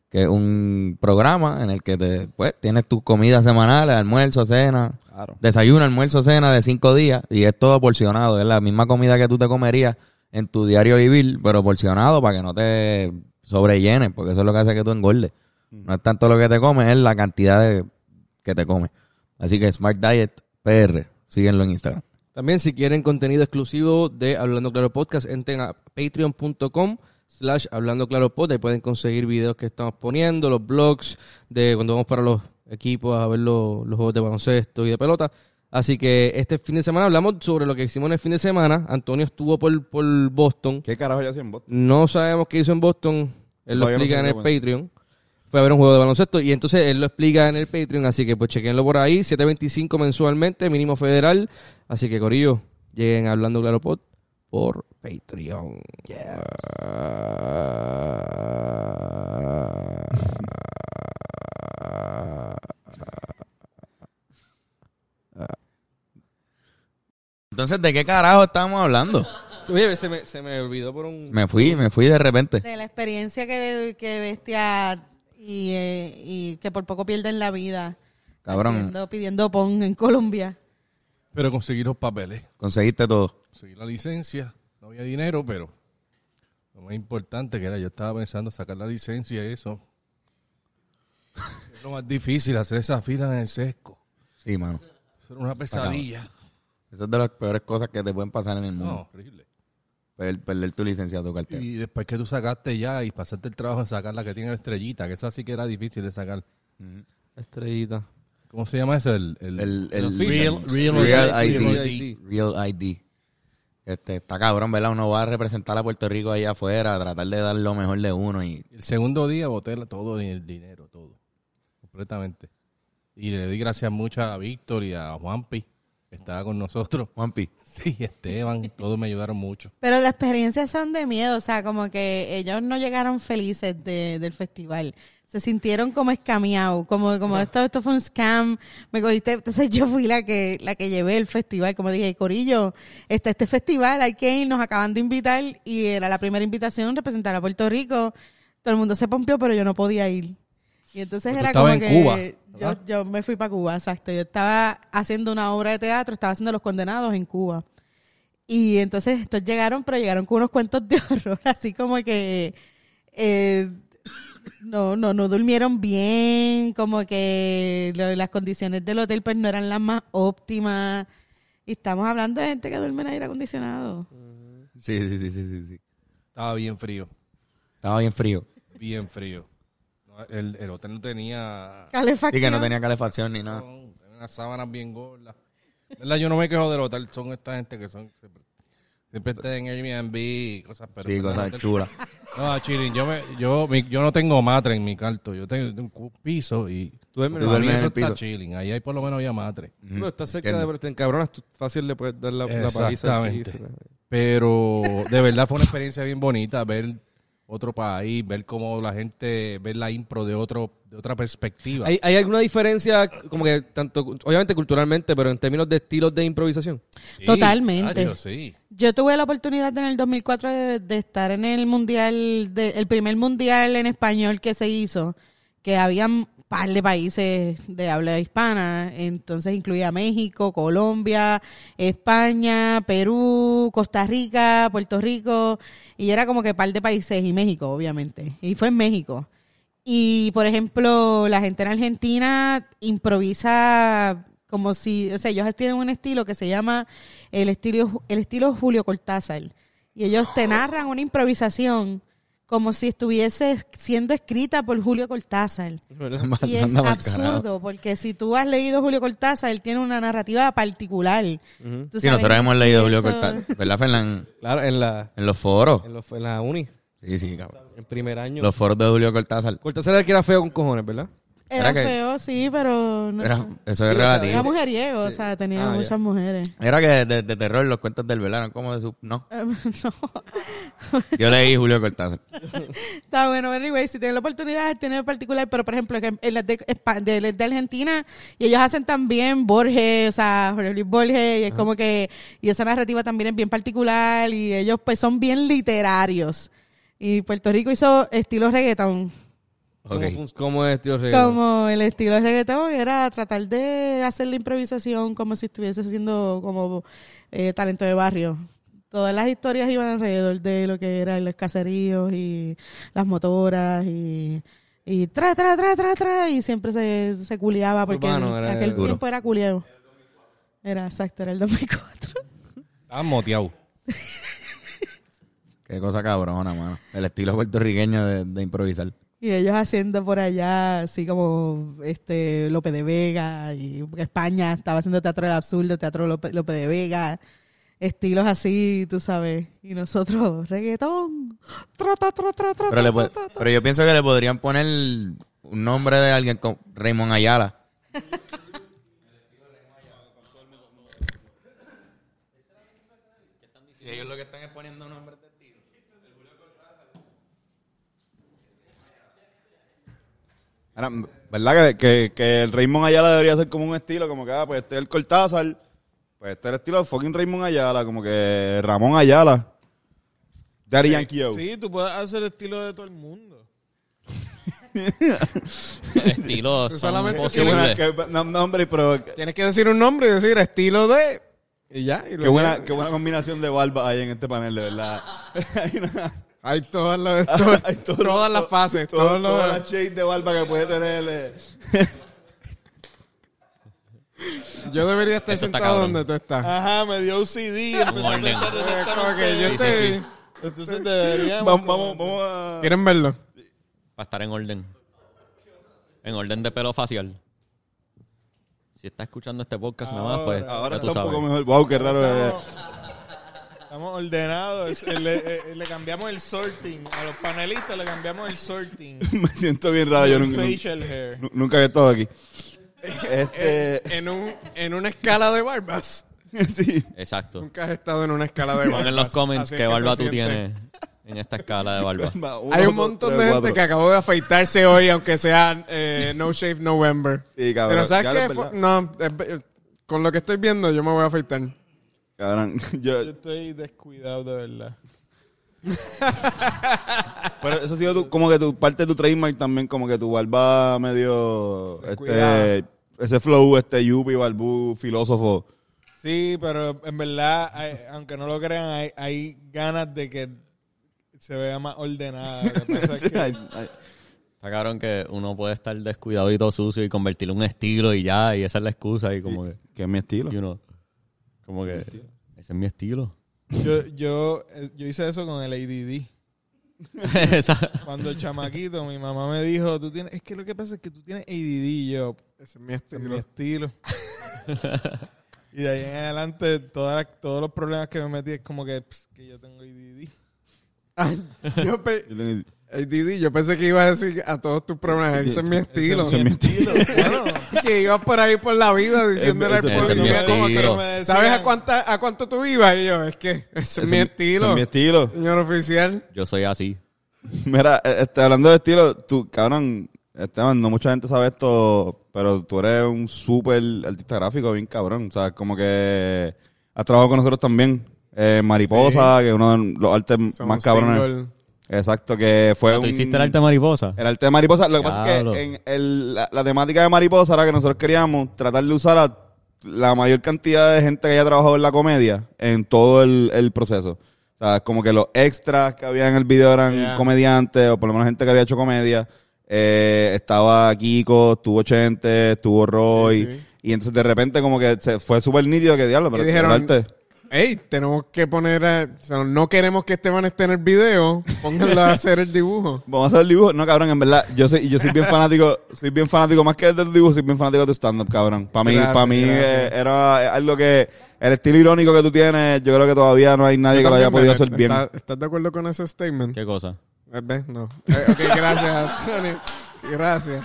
S2: que es un programa en el que te, pues, tienes tus comidas semanales, almuerzo, cena,
S1: Claro.
S2: desayuno, almuerzo, cena de cinco días y es todo porcionado. Es la misma comida que tú te comerías en tu diario vivir, pero porcionado para que no te sobrellenes, porque eso es lo que hace que tú engordes. No es tanto lo que te comes, es la cantidad de, que te comes. Así que Smart Diet PR, síguenlo en Instagram.
S5: También si quieren contenido exclusivo de Hablando Claro Podcast, entren a patreon.com slash Hablando Claro Podcast y pueden conseguir videos que estamos poniendo, los blogs de cuando vamos para los equipos a ver los, los juegos de baloncesto y de pelota. Así que este fin de semana hablamos sobre lo que hicimos en el fin de semana. Antonio estuvo por, por Boston.
S1: ¿Qué carajo ya hacen vos?
S5: No sabemos qué hizo en Boston. Él lo
S1: Todavía no
S5: explica en
S1: sabemos.
S5: el Patreon. Fue a ver un juego de baloncesto y entonces él lo explica en el Patreon. Así que pues chequenlo por ahí. 7.25 mensualmente, mínimo federal. Así que Corillo, lleguen a hablando claro pod por Patreon.
S2: Entonces, ¿de qué carajo estamos hablando?
S5: Oye, se me, se me olvidó por un...
S2: Me fui, me fui de repente.
S7: De la experiencia que, que Bestia y, eh, y que por poco pierden la vida.
S2: Cabrón.
S7: haciendo- pidiendo pon en Colombia.
S4: Pero conseguí los papeles,
S2: Conseguiste todo.
S4: conseguí la licencia, no había dinero, pero lo más importante que era, yo estaba pensando sacar la licencia y
S2: [laughs]
S4: eso. Es lo más difícil, hacer esa fila en el sesco.
S2: Sí, mano.
S4: Eso era una pesadilla.
S2: Esa es de las peores cosas que te pueden pasar en el mundo.
S4: No, horrible.
S2: Perder, perder tu licencia, tu cartera.
S4: Y después que tú sacaste ya y pasaste el trabajo de sacar la que tiene la estrellita, que esa sí que era difícil de sacar.
S5: Estrellita.
S4: ¿Cómo se llama eso? El, el-
S2: El, el-
S6: Real-
S2: real,
S6: real
S2: ID.
S5: ID. Real ID.
S2: Real ID. Este, está cabrón, ¿verdad? Uno va a representar a Puerto Rico allá afuera, a tratar de dar lo mejor de uno y
S4: el segundo día boté la- todo en el dinero, todo. Completamente. Y le doy gracias muchas a Víctor y a Juanpi, que estaba con nosotros. [laughs]
S2: Juanpi.
S4: Sí, Esteban, todos me ayudaron mucho.
S7: Pero las experiencias son de miedo, o sea, como que ellos no llegaron felices de- del festival. Se sintieron como escameados, como, como esto, esto fue un scam, me cogiste, entonces [laughs] yo fui la que, la que llevé el festival, como dije, Corillo, está este festival, hay que ir, nos acaban de invitar, y era la primera invitación, representar a Puerto Rico, todo el mundo se pompió, pero yo no podía ir. Y entonces
S4: Pero tú
S7: era como
S4: estabas en Cuba,
S7: que
S4: ¿verdad?
S7: yo, yo me fui para Cuba, exacto. Yo estaba haciendo una obra de teatro, estaba haciendo Los Condenados en Cuba. Y entonces estos llegaron, pero llegaron con unos cuentos de [laughs] horror, así como que eh, no, no, no durmieron bien, como que lo- las condiciones del hotel pues no eran las más óptimas. Y estamos hablando de gente que duerme en aire acondicionado.
S2: Sí, sí, sí, sí, sí, sí.
S4: Estaba bien frío,
S2: Estaba bien frío.
S4: bien frío. No, El, el hotel no tenía,
S2: Y
S7: Calefacción.
S2: que no tenía calefacción ni nada.
S4: tenía unas sábanas bien gordas. ¿Verdad? Yo no me quejo del hotel, son esta gente que son... Siempre, siempre están en Airbnb y cosas, pero...
S2: Sí,
S4: ¿verdad? El
S2: cosas
S4: hotel-
S2: chulas.
S4: No, Chilin, yo, me, yo, mi- yo no tengo matre en mi cuarto. Yo tengo, tengo un piso y.
S5: Tú duermes
S2: Tú
S4: para mí
S2: duermes en
S4: eso
S2: el piso.
S4: está chilling. Ahí hay por lo menos había matre.
S2: Ujú.
S5: Pero estás cerca
S2: Entiendo.
S5: de... Te encabronas, tú fácil le puedes dar la, la paliza.
S4: Exactamente. Pero de verdad fue una experiencia bien bonita ver otro país, ver cómo la gente, ver la impro de otro de otra perspectiva.
S5: ¿Hay, ¿Hay alguna diferencia, como que tanto, obviamente culturalmente, pero en términos de estilos de improvisación?
S4: Sí,
S7: totalmente.
S4: chacho, sí.
S7: Yo tuve la oportunidad en el 2004 de, de estar en el mundial, de- el primer mundial en español que se hizo, que había un par de países de habla hispana, entonces incluía México, Colombia, España, Perú, Costa Rica, Puerto Rico, y era como que par de países y México, obviamente, y fue en México. Y, por ejemplo, la gente en Argentina improvisa como si, o sea, ellos tienen un estilo que se llama el estilo, el estilo Julio Cortázar. Y ellos
S2: Oh.
S7: te narran una improvisación como si estuviese siendo escrita por Julio Cortázar. Y es
S2: [laughs] Anda mal carajo.
S7: absurdo, porque si tú has leído Julio Cortázar, él tiene una narrativa particular. Tú
S2: Sí,
S7: sabes,
S2: nosotros hemos leído Julio
S7: eso-
S2: Cortázar, ¿verdad, Fernán?
S5: Claro, en la,
S2: En los foros.
S5: en, los- en la uni,
S2: Sí, sí, cabrón.
S5: en primer año.
S2: Los foros de Julio Cortázar.
S5: Cortázar era el que era feo con cojones, ¿verdad?
S7: Era,
S2: Era que-
S7: feo, sí, pero no
S2: Era-
S7: sé.
S2: eso es
S7: Era
S2: relativo.
S7: mujeriego, o sea, tenía
S2: Ah, ya.
S7: muchas mujeres. [laughs]
S2: Era que de, de terror los cuentos del verano, como de su... No,
S7: Eh, no.
S2: yo leí Julio Cortázar.
S7: Está bueno, pero anyway, si tienen la oportunidad de tener particular, pero por ejemplo, que en las de, Espa- de, de Argentina, y ellos hacen también Borges, o sea, Jorge Luis Borges, y es como que, y esa narrativa también es bien particular, y ellos pues son bien literarios. Y Puerto Rico hizo estilo reggaetón.
S2: Ok.
S5: ¿Cómo, fun- cómo es, tío Reggaetón?
S7: Como el estilo reggaetón era tratar de hacer la improvisación como si estuviese siendo como eh, talento de barrio. Todas las historias iban alrededor de lo que eran los caseríos y las motoras y, y tra, tra, tra, tra, tra, y siempre se, se culiaba porque
S5: Urbano,
S7: en
S5: era
S7: aquel
S5: el-
S7: tiempo era culieo. Era exacto, era el 2004.
S4: Estaba moteado.
S2: Qué cosa cabrona, mano. El estilo puertorriqueño de, de improvisar.
S7: Y ellos haciendo por allá, así como este Lope de Vega, y España estaba haciendo teatro del absurdo, teatro Lope, Lope de Vega, estilos así, tú sabes. Y nosotros, reggaetón. Tra, ta, tra, tra, tra,
S2: Pero, le
S7: tra,
S2: puede-
S7: ta, ta.
S2: pero yo pienso que le podrían poner un nombre de alguien como Raymond Ayala. Si ellos lo que están es poniendo nombres de estilo.
S1: Era, ¿Verdad que, que, que el Raymond Ayala debería ser como un estilo? Como que, ah, pues este es el Cortázar, pues este es el estilo de fucking Raymond Ayala, como que Ramón Ayala. Daddy Yankee O.
S8: Sí, tú puedes hacer estilo de todo el mundo.
S6: Estilos son
S3: Solamente-
S1: Qué buena,
S6: posibles.
S1: qué, no, no, hombre, pero qué,
S3: Tienes que decir un nombre y decir estilo de. Y ya. y
S1: qué
S3: lo
S1: buena,
S3: llevas.
S1: qué buena combinación de barba hay en este panel, de
S3: [laughs]
S1: verdad. Hay una-
S3: Hay todas las, [laughs] to-
S1: hay todo-
S3: todas las fases.
S1: todo-
S3: todos los-
S1: Todas las shades de barba que puede tener. eh.
S3: Yo debería estar
S6: Eso está
S3: sentado
S6: cabrón. Ah.
S3: donde tú estás.
S8: Ajá, me dio un CD.
S6: Un orden.
S3: Eh,
S8: pues,
S3: como que yo
S6: Sí, sí,
S3: estoy-
S6: sí.
S8: Entonces deberíamos...
S1: Vamos, vamos, vamos a...
S3: ¿Quieren verlo?
S6: Para estar en orden. En orden de pelo facial. Si está escuchando este podcast nada más, pues.
S1: Ahora
S6: ya tú
S1: está un poco
S6: sabes.
S1: mejor. Wow, qué raro. eh.
S8: Estamos ordenados. Es- Le, eh, le cambiamos el sorting. A los panelistas le cambiamos el sorting.
S1: [laughs] Me siento bien raro. Ah, Yo nunca,
S8: Facial hair.
S1: nu- nunca había estado
S3: [laughs]
S1: aquí. Este...
S3: En, un, en una escala de barbas.
S1: [laughs] sí.
S6: Exacto.
S3: Nunca has estado en una escala de barbas.
S6: Pon en los comments
S3: Así es
S6: qué
S3: que
S6: barba
S3: se
S6: tú
S3: siente.
S6: tienes en esta escala de
S1: [laughs]
S6: barba.
S3: Hay un montón de gente que acabó de afeitarse hoy, aunque sea eh, No Shave November.
S1: Sí, cabrón.
S3: Pero
S1: Ya
S3: ¿sabes
S1: lo
S3: qué?
S1: es
S3: Fue-
S1: verdad.
S3: No, es- eh, con lo que estoy viendo, yo me voy a afeitar.
S1: Cabrón, [laughs] yo...
S8: Yo estoy descuidado de verdad.
S1: Pero eso ha sido tu- como que tu parte de tu trademark también, como que tu barba medio...
S3: Pues
S1: Este,
S3: Descuidada.
S1: ese flow, este yuppie, barbú, filósofo.
S8: Sí, pero en verdad, hay- aunque no lo crean, hay, hay ganas de que se vea más ordenada. Lo que pasa es
S3: [laughs]
S8: que-
S1: [laughs] Ay, ay.
S6: Está cabrón que uno puede estar descuidado y todo sucio y convertirlo en un estilo y ya, y esa es la excusa y como que,
S1: que es mi estilo.
S6: you know, como que, ese es mi estilo.
S8: Yo, yo, eh, yo hice eso con el ADD.
S6: Esa-
S8: Cuando chamaquito, mi mamá me dijo, tú tienes, es que lo que pasa es que tú tienes ADD y yo,
S3: Ese es mi
S8: "Ese
S3: estilo.
S8: es mi
S3: [laughs]
S8: estilo. y de ahí en adelante, todas las- todos los problemas que me metí es como que, "Ps, que yo tengo ADD.
S3: [laughs] Yo pe-
S1: Yo tengo-
S3: Ey, Didi, yo pensé que ibas a decir a todos tus problemas. Ese es mi estilo.
S1: Ese es mi estilo.
S8: [laughs] Bueno,
S3: que ibas por ahí por la vida diciéndole al
S1: Ese- ese
S6: es mi
S3: policía como que
S6: estilo.
S8: decían-
S3: ¿Sabes a, cuánta, a cuánto tú ibas? Y yo, es que ese es mi
S1: ese es
S3: estilo.
S1: mi estilo.
S3: Señor oficial.
S6: yo soy así.
S1: [laughs] Mira, eh, este, hablando de estilo, tú, cabrón, Esteban, no mucha gente sabe esto, pero tú eres un súper artista gráfico, bien cabrón. O sea, como que has trabajado con nosotros también. Eh, Mariposa, que es uno de los artes
S3: Son
S1: más cabrones.
S3: single.
S1: Exacto, que fue un...
S6: Ah, ¿Tú hiciste el arte mariposa?
S1: El arte de mariposa. Lo que pasa es
S6: Diablo.
S1: que en el- la, la temática de mariposa era que nosotros queríamos tratar de usar a la mayor cantidad de gente que haya trabajado en la comedia en todo el, el proceso. O sea, como que los extras que había en el video eran
S3: Yeah.
S1: comediantes, o por lo menos gente que había hecho comedia. Eh, estaba Kiko, estuvo Chente, estuvo Roy.
S3: Sí, sí.
S1: Y entonces de repente como que se fue súper nítido que diablo, pero
S3: Y dijeron,
S1: el arte.
S3: Ey, tenemos que poner a- o sea, no queremos que Esteban esté en el video. Pónganlo a hacer el
S1: [laughs]
S3: dibujo.
S1: Vamos a hacer el dibujo. No, cabrón, en verdad, yo soy, yo soy
S3: [laughs]
S1: bien fanático, soy bien fanático, más que del dibujo, soy bien fanático de tu stand-up, cabrón. Para mí,
S3: Gracias,
S1: para mí
S3: gracias.
S1: eh, era algo que, el estilo irónico que tú tienes, yo creo que todavía no hay nadie que lo haya
S3: También,
S1: podido
S3: ¿verdad?
S1: hacer bien.
S3: ¿Estás- ¿Estás de acuerdo con ese statement?
S6: ¿Qué cosa?
S3: [laughs] Eh, ¿Ves? No. Eh, ok, gracias, Anthony. Gracias.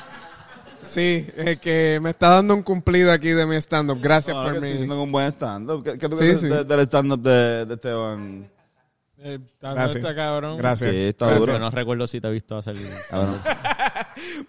S3: Sí, eh, que me está dando un cumplido aquí de mi stand-up. Gracias
S1: Ah, que
S3: por
S1: estoy
S3: mi...
S1: haciendo un buen stand-up. ¿Qué, qué tú
S3: Sí,
S1: crees
S3: sí.
S1: de- del stand-up de, de Esteban?
S8: Eh, tanto
S3: Gracias.
S8: está cabrón.
S3: Gracias.
S1: este Sí, está
S3: Gracias.
S1: duro.
S6: Yo no recuerdo si te he visto hacer.
S1: Cabrón.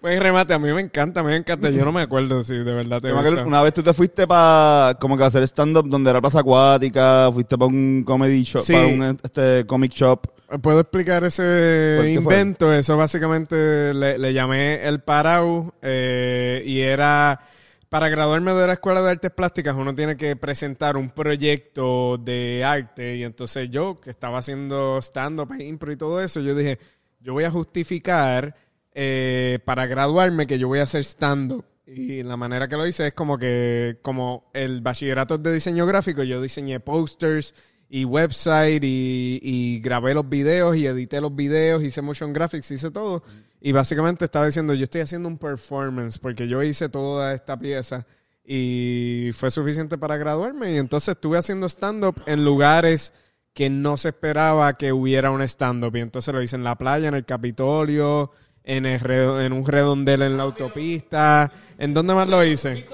S3: Buen Pues, remate, a mí me encanta, a mí me encanta. Yo no me acuerdo si de verdad te
S1: Yo me acuerdo
S3: gusta.
S1: una vez tú te fuiste para como que hacer stand-up donde era plaza acuática, fuiste para un comedy shop,
S3: Sí.
S1: para un este, comic shop.
S3: Eh, ¿Puedo explicar ese
S1: ¿Por qué fue?
S3: invento? Eso básicamente le, le llamé el Parau eh, y era... Para graduarme de la Escuela de Artes Plásticas uno tiene que presentar un proyecto de arte y entonces yo que estaba haciendo stand-up, impro y todo eso, yo dije, yo voy a justificar eh, para graduarme que yo voy a hacer stand-up. Y la manera que lo hice es como que, como el bachillerato es de diseño gráfico, yo diseñé posters y website y, y grabé los videos y edité los videos, hice motion graphics, hice todo. Y básicamente estaba diciendo, yo estoy haciendo un performance porque yo hice toda esta pieza y fue suficiente para graduarme. Y entonces estuve haciendo stand-up en lugares que no se esperaba que hubiera un stand-up. Y entonces lo hice en la playa, en el Capitolio, en, el redo- en un redondel en la autopista. ¿En dónde más lo hice?
S5: se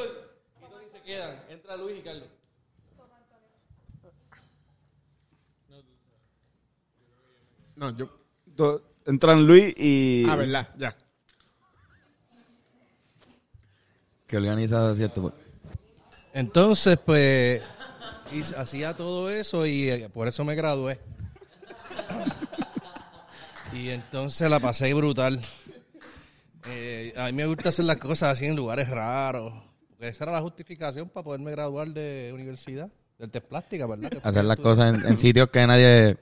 S5: quedan. Entra Luis y Carlos.
S3: No, yo...
S1: Entonces, Entran Luis y...
S3: Ah, verdad, ya.
S2: Que organizado así esto.
S4: Entonces, pues, hice- hacía todo eso y eh, por eso me gradué. Y entonces la pasé brutal. Eh, a mí me gusta hacer las cosas así en lugares raros. Porque esa era la justificación para poderme graduar de universidad, de artes plásticas, ¿verdad? Que fue
S2: Hacer
S4: que
S2: las
S4: estudié.
S2: cosas en, en sitios que nadie.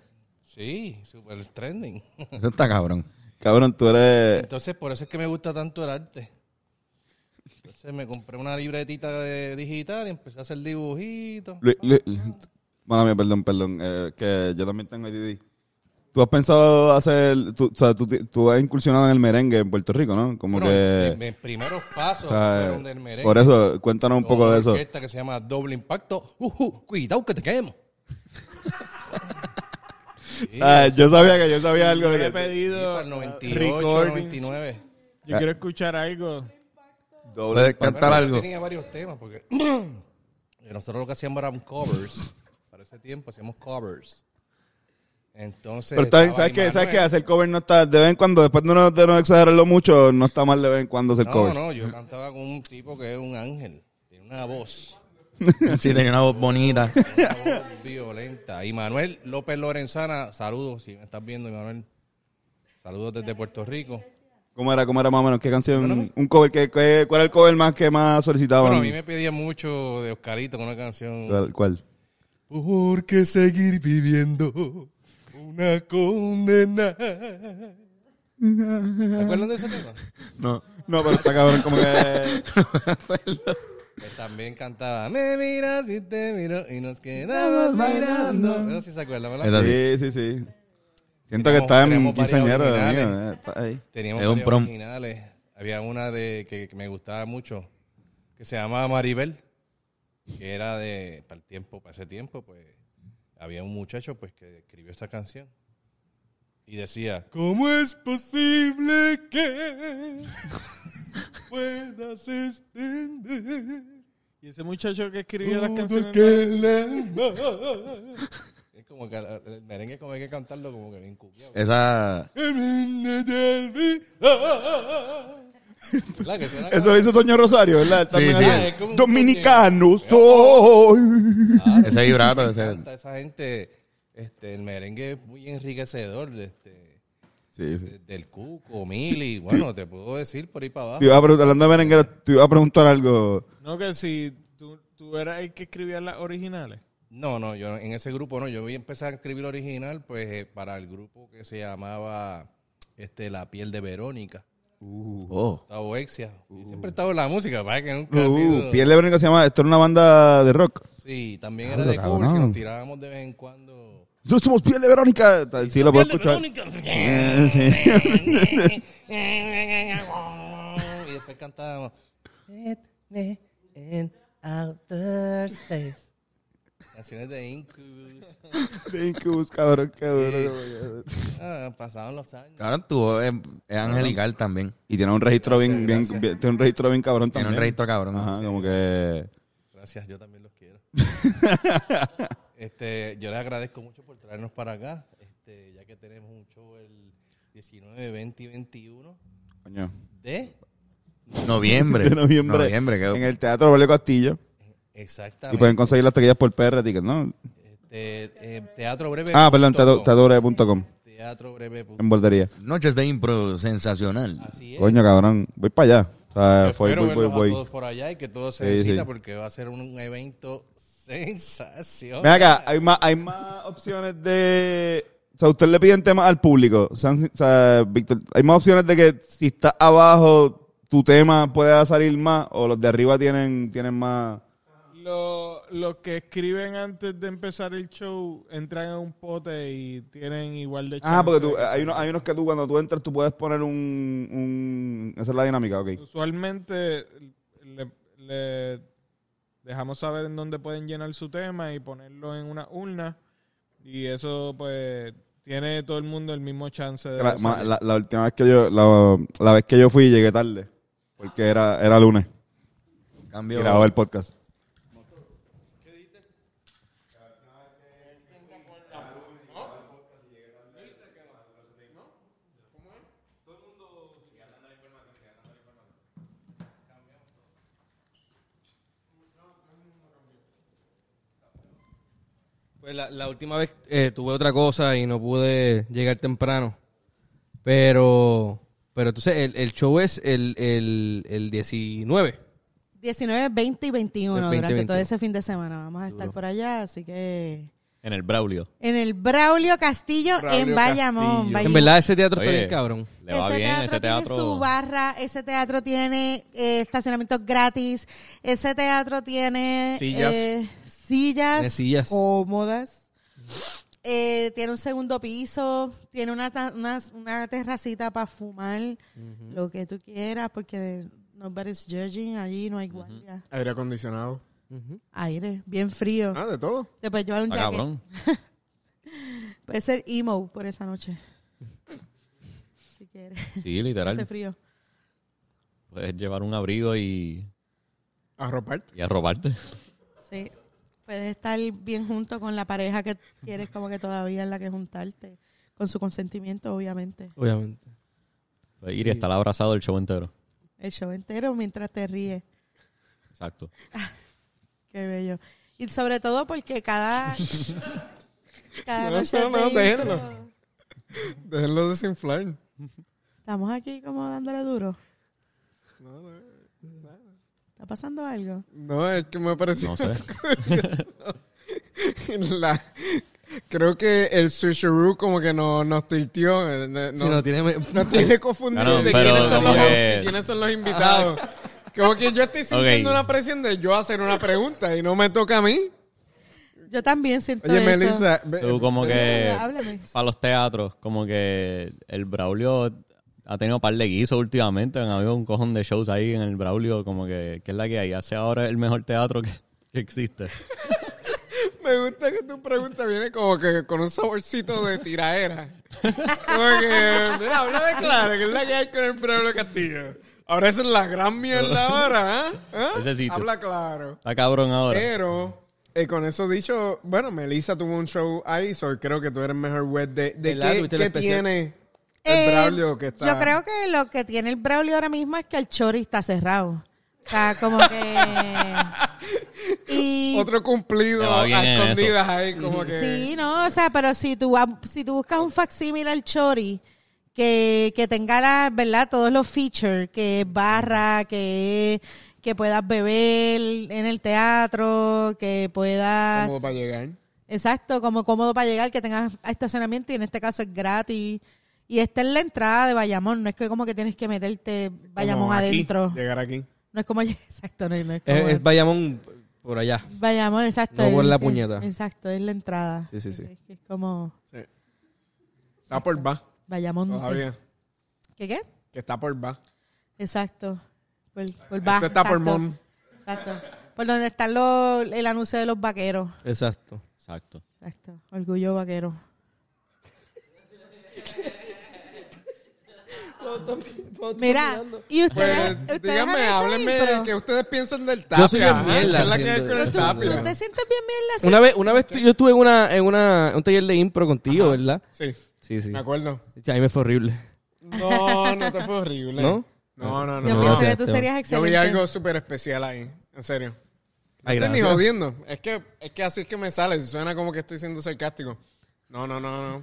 S4: Sí, super trending.
S2: Eso está cabrón.
S1: Cabrón, tú eres...
S4: Entonces, por eso es que me gusta tanto el arte. Entonces me compré una libretita de- digital y empecé a hacer dibujitos.
S1: Luis, Luis, mala mía, perdón, perdón, eh, que yo también tengo ADD. ¿Tú has pensado hacer, tú, o sea, tú, ti- tú has incursionado en el merengue en Puerto Rico, ¿no? Como
S4: Bueno,
S1: que,
S4: mis, mis primeros pasos
S1: Eh, o sea,
S4: fueron del merengue.
S1: por eso, cuéntanos un
S4: Con
S1: poco
S4: una
S1: de eso.
S4: orquesta que se llama Doble Impacto. Uh, uh, cuidado que te quemo.
S1: O sea, yo sabía que yo sabía algo de
S8: Yo he
S1: que
S4: Y para
S8: pedido
S4: el 98,
S8: recordings.
S4: 99.
S8: Yo quiero escuchar algo.
S1: doble
S2: Puedes cantar
S4: Bueno, yo
S2: algo.
S4: tenía varios temas porque [clears throat] nosotros lo que hacíamos eran covers. Para ese tiempo hacíamos covers. Entonces.
S1: Pero también,
S4: estaba
S1: ¿sabes qué? ¿Sabes qué?
S4: Immanuel.
S1: Hacer cover no está, de vez en cuando, después de no, de no exagerarlo mucho, no está mal de vez en cuando hacer
S4: No,
S1: cover.
S4: no, yo cantaba con un tipo que es un ángel. Tiene una voz.
S2: Sí, tenía una voz bonita.
S4: Una
S1: [laughs]
S4: voz violenta. Y Manuel López Lorenzana, saludos, si me estás viendo, Manuel. Saludos desde Puerto Rico.
S1: ¿Cómo era, cómo era más o menos? ¿Qué canción? Un cover, ¿qué, qué, cuál era el cover más que más solicitaban?
S4: Bueno, a mí me pedía mucho de Oscarito con una canción.
S1: ¿Cuál? cuál?
S4: ¿Por qué seguir viviendo una condena? ¿Te acuerdan de ese tema?
S1: No, no, pero está cabrón,
S4: [laughs]
S1: como que...
S4: Que también cantaba Me miras y te miro y nos quedamos mirando. Eso sí se acuerda, ¿verdad?
S2: Esa
S1: Sí,
S2: sí.
S1: sí, sí. Siento que
S4: Tenemos-
S1: está en
S4: tenemos varias
S1: quinceañero de
S4: originales.
S1: mío. eh, está ahí.
S4: Teníamos
S2: Es un
S4: varias
S2: prom.
S4: originales. Había una de que, que me gustaba mucho, que se llamaba Maribel, que era de, para el tiempo, para ese tiempo, pues, había un muchacho, pues, que escribió esa canción. Y decía, ¿cómo es posible
S2: [laughs]
S4: que puedas extender
S8: Y ese muchacho que escribió
S3: Uh,
S8: las
S4: todo
S8: canciones.
S4: aquel alma? Es como que el- el merengue como hay que cantarlo como que bien
S8: [laughs]
S4: cupiado.
S2: Esa.
S4: ¿Verdad que suena
S1: Eso hizo Toño Rosario, ¿verdad? También
S2: sí.
S1: así.
S4: Ah, es como un Oh.
S1: Dominicano soy.
S4: Claro,
S2: Ese vibrato,
S4: me
S2: ese-
S4: encanta Esa gente, este, el merengue es muy enriquecedor de este,
S1: Sí, sí.
S4: de- del cuco, mili. Bueno, te puedo decir por ahí para
S1: Te
S4: abajo.
S1: iba a preguntar, hablando de merengue, te iba a preguntar algo.
S8: No, que si tú, tú eras el que escribía las originales.
S4: No, no, yo en ese grupo no. Yo voy a empezar a escribir original pues eh, para el grupo que se llamaba este, La Piel de Verónica. Uh,
S1: Uh,
S2: Oh.
S4: Gustavo Exia. Yo Siempre he estado en la música, para que nunca ha
S1: Uh,
S4: sido...
S1: Piel de Verónica se llama, esto era una banda de rock.
S4: Sí, también
S1: Claro,
S4: era de cover, si
S1: cabrón.
S4: nos tirábamos de vez en cuando...
S1: Nosotros somos Piel de Verónica. Tal- Sí, lo puedo escuchar. Eh, sí.
S4: [laughs] y después cantábamos Let me in outer space. Canciones de Incubus.
S1: Sí, que buscador, qué duro.
S4: Ah, pasaron los años.
S2: Cabrón, tú eh, es angelical también.
S1: Y tiene un registro bien, bien, bien- tiene un registro bien cabrón
S2: Tiene
S1: también.
S2: un registro cabrón.
S1: Ajá, como que.
S4: Gracias, yo también los
S1: [laughs]
S4: quiero. este, yo les agradezco mucho por traernos para acá, este, ya que tenemos un show el 19, 20 y 21
S1: Coño.
S4: de
S6: [laughs]
S1: [laughs]
S2: Noviembre.
S1: De noviembre.
S2: Noviembre, que-
S1: En el Teatro Braulio Castillo. Y
S4: exactamente
S1: pueden conseguir las taquillas por PR Tickets, ¿no?
S4: este, eh, teatro breve.
S1: Ah, perdón,
S4: punto com.
S1: teatrobreve.com.
S4: Teatro breve. punto-
S1: En Bordería.
S2: Noches de impro sensacional.
S6: Ah,
S4: Así es.
S1: Coño, cabrón. Voy para allá. O sea,
S4: Yo
S1: voy,
S4: espero
S1: voy, voy,
S4: verlos a
S1: voy.
S4: todos por allá y que todo se
S1: Sí, sí.
S4: visita porque va a ser un, evento [laughs] sensacional.
S1: Ven acá, hay más, hay más opciones de. O sea, usted le piden temas al público. O sea, si- o sea, Víctor, hay más opciones de que si está abajo, tu tema pueda salir más o los de arriba tienen, tienen más.
S8: Lo- los que escriben antes de empezar el show entran en un pote y tienen igual de
S1: Ah,
S8: chance
S1: porque tú,
S8: de que
S1: hay,
S8: salga.
S1: unos, hay unos que tú cuando tú entras tú puedes poner un, un- Esa es la dinámica, ok.
S8: Usualmente le, le dejamos saber en dónde pueden llenar su tema y ponerlo en una urna. Y eso, pues, tiene todo el mundo el mismo chance de.
S1: La,
S8: salir.
S1: ma- la- la última vez que yo la, la vez que yo fui llegué tarde porque era era lunes y
S2: Cambio.
S1: grababa el podcast.
S5: Pues la, la última vez eh, tuve otra cosa y no pude llegar temprano. Pero, pero entonces el, el show es el, el, el 19.
S7: 19, 20 y 21
S5: El 20,
S7: durante
S5: 21.
S7: todo ese fin de semana. Vamos a estar por allá, así que...
S6: En el Braulio.
S7: En el Braulio Castillo en Bayamón.
S5: En
S7: Bayamón.
S5: verdad ese teatro está
S6: Oye,
S5: bien cabrón.
S6: Le va bien ese teatro.
S7: tiene su barra, ese teatro tiene eh, estacionamientos gratis, ese teatro tiene
S8: Sillas.
S7: eh, sillas,
S5: Tiene sillas.
S7: cómodas, eh, tiene un segundo piso, tiene una, ta- una, una terracita para fumar, lo que tú quieras, porque nobody's judging, allí no hay guardia.
S3: Aire acondicionado.
S7: Aire, bien frío.
S3: Ah, de todo.
S7: Te puedes llevar un
S6: Ah,
S7: jacket.
S6: cabrón.
S7: Puede ser emo por esa noche. si quieres. [laughs]
S6: Sí,
S7: Hace
S6: literal.
S7: frío.
S6: Puedes llevar un abrigo y,
S3: Arroparte.
S6: y arroparte.
S7: Sí. Puedes estar bien junto con la pareja que quieres como que todavía en la que juntarte. Con su consentimiento, obviamente.
S5: Obviamente.
S6: Puedes ir y estar abrazado el show entero.
S7: El show entero mientras te ríes.
S6: Exacto.
S7: Qué bello. Y sobre todo porque
S3: [laughs]
S7: cada... cada
S3: No,
S7: noche
S3: no,
S7: de
S3: no,
S7: impro-
S3: déjenlo. Déjenlo desinflar.
S7: Estamos aquí como dándole duro. ¿Está pasando algo?
S3: No, es que me pareció
S6: No
S3: [laughs]
S6: sé.
S3: la... Creo que el switcheroo como que no, nos tiltió. eh, No,
S5: Sí, no, tiene...
S3: [laughs] nos tiene confundidos
S6: Claro,
S3: de
S6: pero
S3: quiénes son,
S6: como
S3: los,
S6: que-
S3: hosts y quiénes son los invitados. Como que yo estoy sintiendo
S6: Ok.
S3: una presión de yo hacer una pregunta y no me toca a mí.
S7: Yo también siento
S3: Oye,
S7: eso.
S3: Melissa, eh, ve-
S6: Tú como
S1: eh,
S6: que...
S7: Háblame.
S6: Para los teatros, como que el Braulio ha tenido un par de guisos últimamente. Han habido un cojón de shows ahí en el Braulio, como que, que es la que hay. Hace ahora el mejor teatro que, que existe.
S3: me gusta que tu pregunta viene como que con un saborcito de tiraera. Como que, mira, háblame claro, que es la que hay con el pueblo Castillo. Ahora esa es la gran
S6: [laughs]
S3: mierda ahora, ¿eh? ¿Ah?
S6: Ese sitio.
S3: Habla claro.
S6: Está cabrón ahora.
S3: Pero, eh, con eso dicho, bueno, Melissa tuvo un show ahí, so creo que tú eres mejor web de, de
S5: ¿Verdad?
S3: qué,
S5: Tuviste el
S3: qué
S5: especial.
S3: tiene
S7: Eh,
S3: el Braulio que está.
S7: Yo creo que lo que tiene el Braulio ahora mismo es que el Chori está cerrado. O sea, como
S3: [laughs]
S7: que. Y.
S3: Otro cumplido
S6: Te va
S3: a
S6: bien en
S3: escondidas ahí, como que.
S7: Sí, no, o sea, pero si tú, va- si tú buscas un facsímil al Chori que, que tenga, la, ¿verdad? Todos los features, que es barra, que es- que puedas beber en el teatro, que puedas...
S3: Como para llegar.
S7: Exacto, como cómodo para llegar, que tengas estacionamiento y en este caso es gratis. Y esta es la entrada de Bayamón, no es que como que tienes que meterte Bayamón
S3: Como aquí,
S7: adentro.
S3: Llegar aquí.
S7: No es como, [laughs] exacto, no, no es como...
S5: Es, es Bayamón por allá.
S7: Bayamón, exacto.
S5: No por
S7: es-
S5: la
S7: es-
S5: puñeta.
S7: Exacto, es la entrada.
S5: Sí, sí, sí.
S7: Es, que es como
S3: Está por va.
S7: Bayamón. eh,
S3: Todavía.
S7: ¿Qué qué?
S3: Que está por va.
S7: Exacto. Por, por Baja,
S3: Esto está
S7: Ah,
S3: por
S7: exacto.
S3: Mon.
S7: Exacto. Por donde está lo- el anuncio de los vaqueros.
S5: Exacto.
S6: Exacto.
S7: Exacto. Orgullo vaquero. Mira, y ustedes, ustedes
S3: Pues, díganme,
S7: han hecho
S3: háblenme
S7: impro.
S3: qué ustedes piensan del tapia.
S5: Yo soy bien mierda
S3: ¿Qué es la que hay
S5: haciendo
S3: con el
S5: eso.
S3: tapia?
S7: ¿Tú te sientes bien mierda así?
S5: Una vez, una vez tú- yo estuve en una, en una, un taller de impro contigo, ¿verdad?
S3: Sí,
S5: Sí, sí.
S3: me acuerdo.
S5: A mí me fue horrible.
S3: No, no te fue horrible.
S5: ¿No?
S3: No, no,
S7: Yo
S3: no.
S7: pienso
S5: gracias,
S7: que tú
S5: Esteban.
S7: serías
S3: Yo
S7: excelente.
S3: vi algo súper especial ahí, en serio.
S5: Ay,
S3: No estoy Este ni
S5: gracias.
S3: jodiendo. Es que, es que así es que me sale. Suena como que estoy siendo sarcástico. No, no, no, no.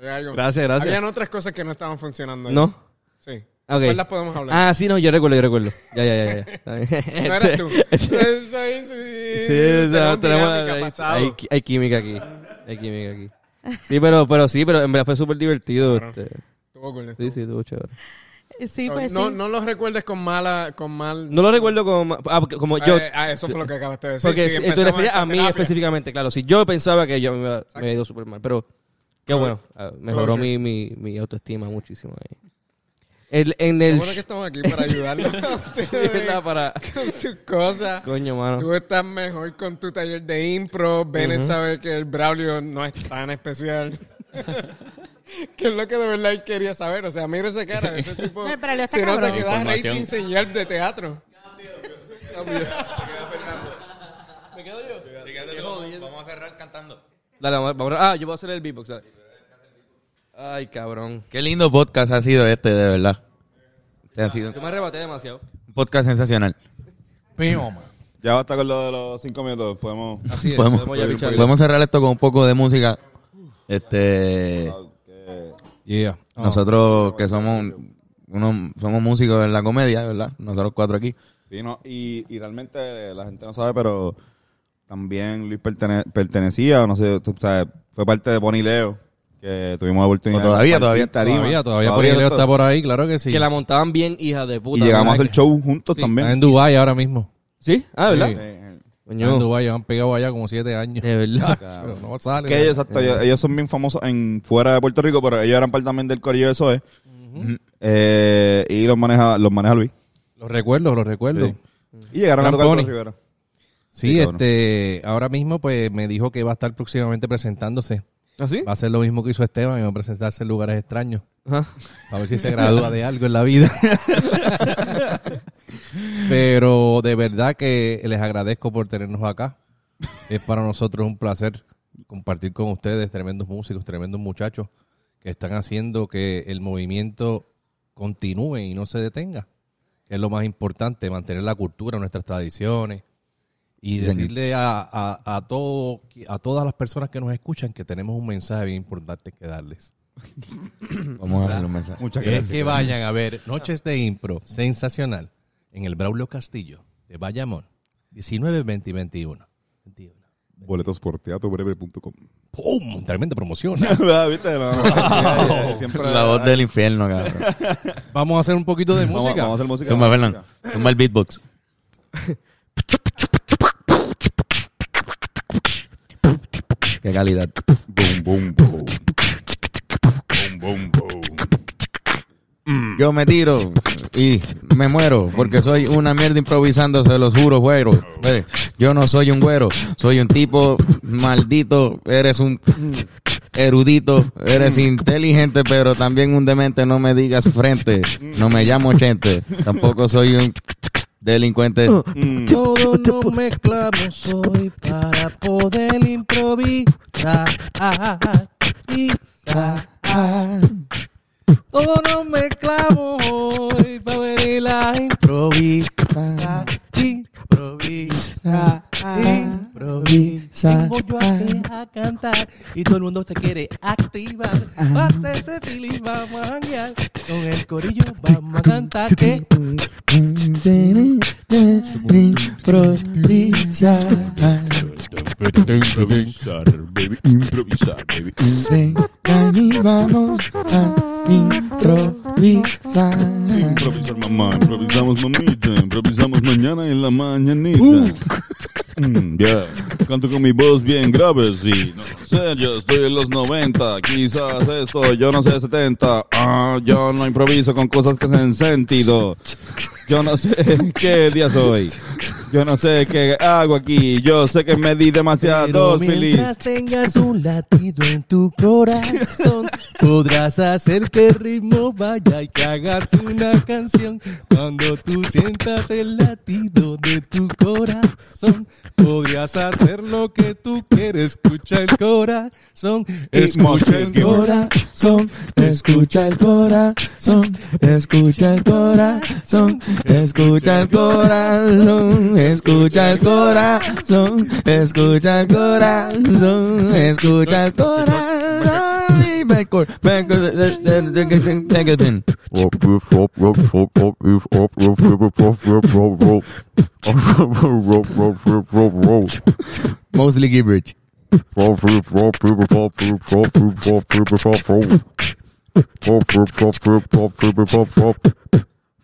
S3: Hay algo.
S5: Gracias, gracias.
S3: Habían otras cosas que no estaban funcionando. ahí.
S5: ¿No?
S3: Sí.
S5: Ah, ok.
S3: Después las podemos hablar.
S5: Ah, sí, no, yo recuerdo, yo recuerdo. Ya, ya, ya. ya.
S3: [laughs]
S5: Está bien.
S3: no eras
S5: [laughs]
S3: tú. Soy,
S5: Este- [laughs]
S3: soy,
S5: Sí, este,
S3: tenemos
S5: tenemos-
S3: dinámica
S5: hay,
S3: pasado.
S5: hay, hay química aquí. Hay química aquí. Sí, pero, pero sí, pero en verdad fue súper divertido. este.
S3: Estuvo cool,
S5: Sí,
S3: estuvo
S5: sí, estuvo chévere.
S7: Sí,
S3: cool.
S7: pues
S3: no,
S7: sí.
S3: no los recuerdes con mala, con mal.
S5: No lo recuerdo como, ah, porque como
S3: Ah,
S5: yo.
S3: eh, ah, eso fue lo que acabaste de decir. Sí,
S5: Porque si- tú te
S3: empezamos
S5: referías a
S3: esta
S5: mí
S3: terapia.
S5: específicamente, claro. Si yo pensaba que yo me iba, me había ido súper mal, pero qué bueno. ah, Mejoró mi, mi, mi autoestima muchísimo ahí. El- en
S3: Qué
S5: el.
S3: bueno que estamos aquí para
S5: [laughs]
S3: ayudarlos a [laughs] ustedes
S5: ¿verdad? para.
S3: con sus cosas.
S5: Coño, mano.
S3: Tú estás mejor con tu taller de impro. Bennett sabe que el Braulio no es tan especial. [laughs] que es lo que de verdad él quería saber. O sea, mira esa cara. Ese
S7: [laughs]
S3: tipo
S7: No, el Braulio está
S3: se nota
S7: cabrón.
S3: que da
S6: Información.
S3: rating señal de teatro.
S2: Vamos a cerrar cantando.
S5: Dale, vamos, vamos. Ah, yo puedo hacer el beatbox. dale. Ay, cabrón.
S2: Qué lindo podcast ha sido este, de verdad. Este ha sido
S5: Yo me arrebaté demasiado.
S2: un podcast sensacional.
S1: Ya basta con lo de los cinco minutos.
S4: [laughs]
S1: Podemos.
S5: Así es.
S2: podemos,
S5: podemos ya pichar.
S2: podemos cerrar esto con un poco de música. Este,
S1: que-
S4: Yeah. Oh.
S5: Ah,
S2: nosotros que somos un- unos, somos músicos en la comedia, ¿verdad? Nosotros cuatro aquí.
S1: Sí, no, y, y realmente la gente no sabe, pero también Luis pertene- pertenecía, no sé, tú sabes, fue parte de Bonnie Leo, que tuvimos la oportunidad.
S2: O todavía,
S1: de compartir
S2: todavía.
S1: tarima.
S4: Pues Todavía, todavía, por
S1: Todavía
S4: ahí Leo
S1: esto-
S4: está por ahí, claro que sí.
S5: Que la montaban bien, hija de
S1: Y
S5: puta.
S1: llegamos a
S5: ¿verdad?
S1: hacer show juntos
S4: Está en
S1: también.
S4: Dubái ahora mismo.
S5: ¿Sí? Ah, ¿verdad?
S4: Sí.
S1: Eh,
S5: Coño.
S4: Está En Dubái, llevan pegado allá como siete años. [laughs]
S5: De verdad.
S4: Pero no sale.
S1: Que ellos, exacto, ellos, ellos son bien famosos en fuera de Puerto Rico, pero ellos eran parte también del corillo de SOE. Eh, y los maneja, los maneja Luis.
S4: Los recuerdo, los recuerdo.
S1: Sí. Y llegaron
S4: Gran
S1: a tocar
S4: Bonnie.
S1: con Rivera.
S4: Sí,
S1: Sí, cabrón.
S4: este, ahora mismo pues me dijo que va a estar próximamente presentándose.
S5: ¿Ah, sí?
S4: Va a ser lo mismo que hizo Esteban y va a presentarse en lugares extraños.
S5: Ajá.
S4: A ver si se gradúa de algo en la vida. [laughs] Pero de verdad que les agradezco por tenernos acá. Es para nosotros un placer compartir con ustedes, tremendos músicos, tremendos muchachos que están haciendo que el movimiento continúe y no se detenga. Que es lo más importante, mantener la cultura, nuestras tradiciones y
S2: Sí, señor.
S4: decirle a, a, a todo- a todas las personas que nos escuchan que tenemos un mensaje bien importante que darles.
S2: Vamos a darle un mensaje.
S1: Muchas
S4: Es que vayan a ver Noches de Impro sensacional en el Braulio Castillo de Bayamón, 19, 20 y 21. 21.
S1: Boletos por [laughs] teatrobreve.com.
S4: ¡Pum! Tremenda promoción.
S5: ¿eh?
S1: Ah, ¿Viste? No, no, no. Siempre-
S2: La voz del infierno,
S5: [laughs]
S2: cabrón.
S4: [laughs] Vamos a hacer un poquito de
S1: Vamos,
S4: música.
S1: vamos a hacer música.
S2: Zumba, Fernan. Zumba el beatbox.
S5: [laughs]
S2: Qué calidad.
S1: Boom, boom, boom. Boom, boom, boom.
S2: Yo me tiro y me muero porque soy una mierda improvisando, se los juro, güero. Eh, Yo no soy un güero, soy un tipo maldito, eres un erudito, eres inteligente, pero también un demente, no me digas frente, no me llamo gente, tampoco soy un delincuente.
S4: Todo no mezclamos hoy para poder improvisar. Ah, Todo no mezclamos hoy para venir la improvisar. Improvisar. Improvisar. Vengo yo aquí a cantar y todo el mundo se quiere activar. Pasa ese feeling, vamos a janguear. Con el corillo vamos a cantar eh. que...
S1: Improvisar, baby. Improvisar, baby. Improvisar, mamá. Improvisamos, mamita. Improvisamos mañana en la mañanita. Mm, yeah. Canto con mi voz bien grave, sí. No sé, yo estoy en los 90. Quizás esto, yo no sé, 70. Ah, yo no improviso con cosas que hacen sentido. Yo no sé [laughs] qué día soy. Yo no sé qué hago aquí. Yo sé que me di
S4: Pero
S1: demasiado feliz.
S4: mientras tengas un latido en tu corazón,
S5: Podrás hacer que el ritmo vaya y que hagas una canción. Cuando tú sientas el latido de tu corazón, podrías hacer lo que tú quieres. Escucha el corazón, escucha el corazón, escucha el corazón, escucha el corazón, escucha el corazón, escucha el corazón, escucha el corazón, escucha el corazón. Ay, Backward, backward, eh, eh, eh, eh, eh, eh, eh, eh. Mostly gibberish.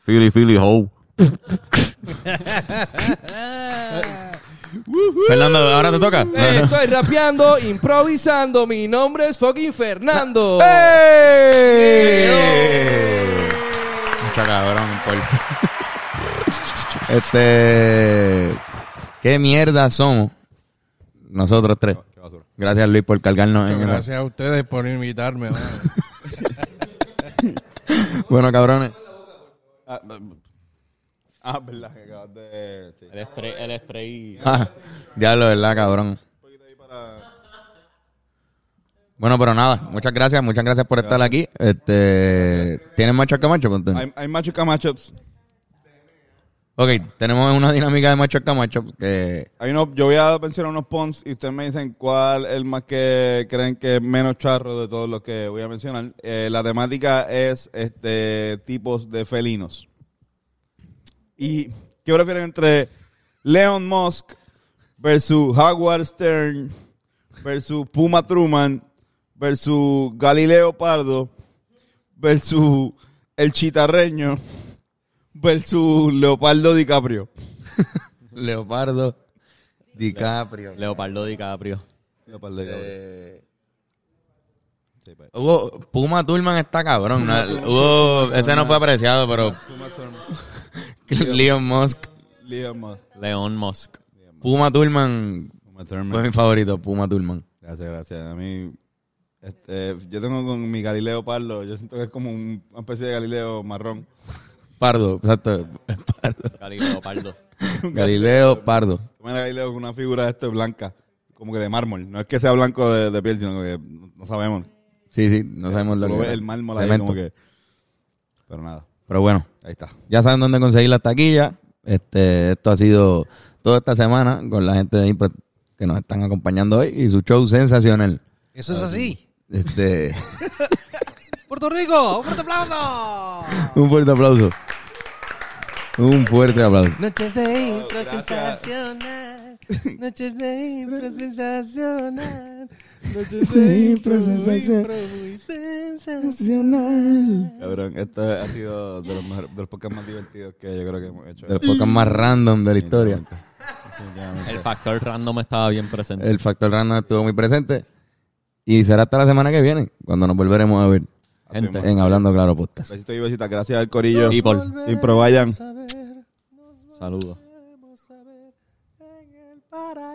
S9: Philly, Philly, ho.
S2: Fernando, ahora te toca.
S5: Estoy rapeando, improvisando. Mi nombre es fucking Fernando.
S2: ¡Eh! Está cabrón, por [laughs] Este. ¿Qué mierda somos? Nosotros tres. Gracias, Luis, por cargarnos en esa-
S4: Gracias a ustedes por
S5: [laughs]
S4: invitarme. mano.
S2: Bueno, cabrones.
S1: Ah, ah, verdad, que acabas de. sí.
S6: El spray, el spray.
S2: Ah, diablo, ¿verdad, cabrón? Bueno, pero nada, muchas gracias, muchas gracias por estar aquí. Este, ¿Tienes macho camacho, Antonio?
S1: Hay, hay machuca matchups.
S2: Ok, tenemos una dinámica de macho camacho que
S1: Hay unos, yo voy a mencionar unos pons y ustedes me dicen cuál es el más que creen que es menos charro de todos los que voy a mencionar. Eh, la temática es este tipos de felinos. ¿Y qué prefieren entre Leon Musk versus Howard Stern versus Puma Truman versus Galileo Pardo versus El Chitarreño versus Leopardo DiCaprio?
S2: Leopardo DiCaprio.
S6: Leopardo DiCaprio.
S1: Leopardo DiCaprio. pues.
S2: Hubo Puma Turman está cabrón. ¿no? Hubo, ese no fue apreciado, pero Leon Musk,
S1: Leon Musk.
S6: Leon Musk.
S2: Puma Turman fue mi favorito, Puma Turman.
S1: Gracias, gracias. A mí, este, yo tengo con mi Galileo Pardo, yo siento que es como un- una especie de Galileo marrón.
S2: Pardo,
S1: [laughs]
S2: exacto. Pardo.
S6: Cali Leopardo.
S2: Galileo Pardo.
S1: Mira, Galileo con una figura de esto blanca, como que de mármol. No es que sea blanco de, de piel, sino que no sabemos.
S2: Sí, sí, no sabemos lo
S1: Tú
S2: que
S1: ves
S2: era.
S1: el mármol ahí
S2: Cemento.
S1: como que... Pero nada,
S2: Pero bueno,
S1: ahí está.
S2: ya saben dónde conseguir la taquilla. Este, esto ha sido toda esta semana con la gente de Impro que nos están acompañando hoy y su show sensacional.
S10: Eso es así.
S2: Este,
S10: [laughs] Puerto Rico, un fuerte aplauso.
S2: un fuerte aplauso. Un fuerte aplauso.
S10: Noches de impro sensacional. Noches de impro sensacional. Noches de impro sensacional.
S1: Cabrón, esto ha sido de los, mejores- de los podcasts más divertidos que yo creo que hemos hecho.
S2: De los podcasts más random de la historia.
S6: El factor random estaba bien presente.
S2: El factor random estuvo muy presente. Y será hasta la semana que viene, cuando nos volveremos a ver
S6: Gente.
S2: en Hablando Claro Podcast.
S1: Besitos y besitas, gracias al corillo.
S6: Y por
S1: Impro, vayan.
S6: saludos.
S10: Vamos a ver en el paraíso.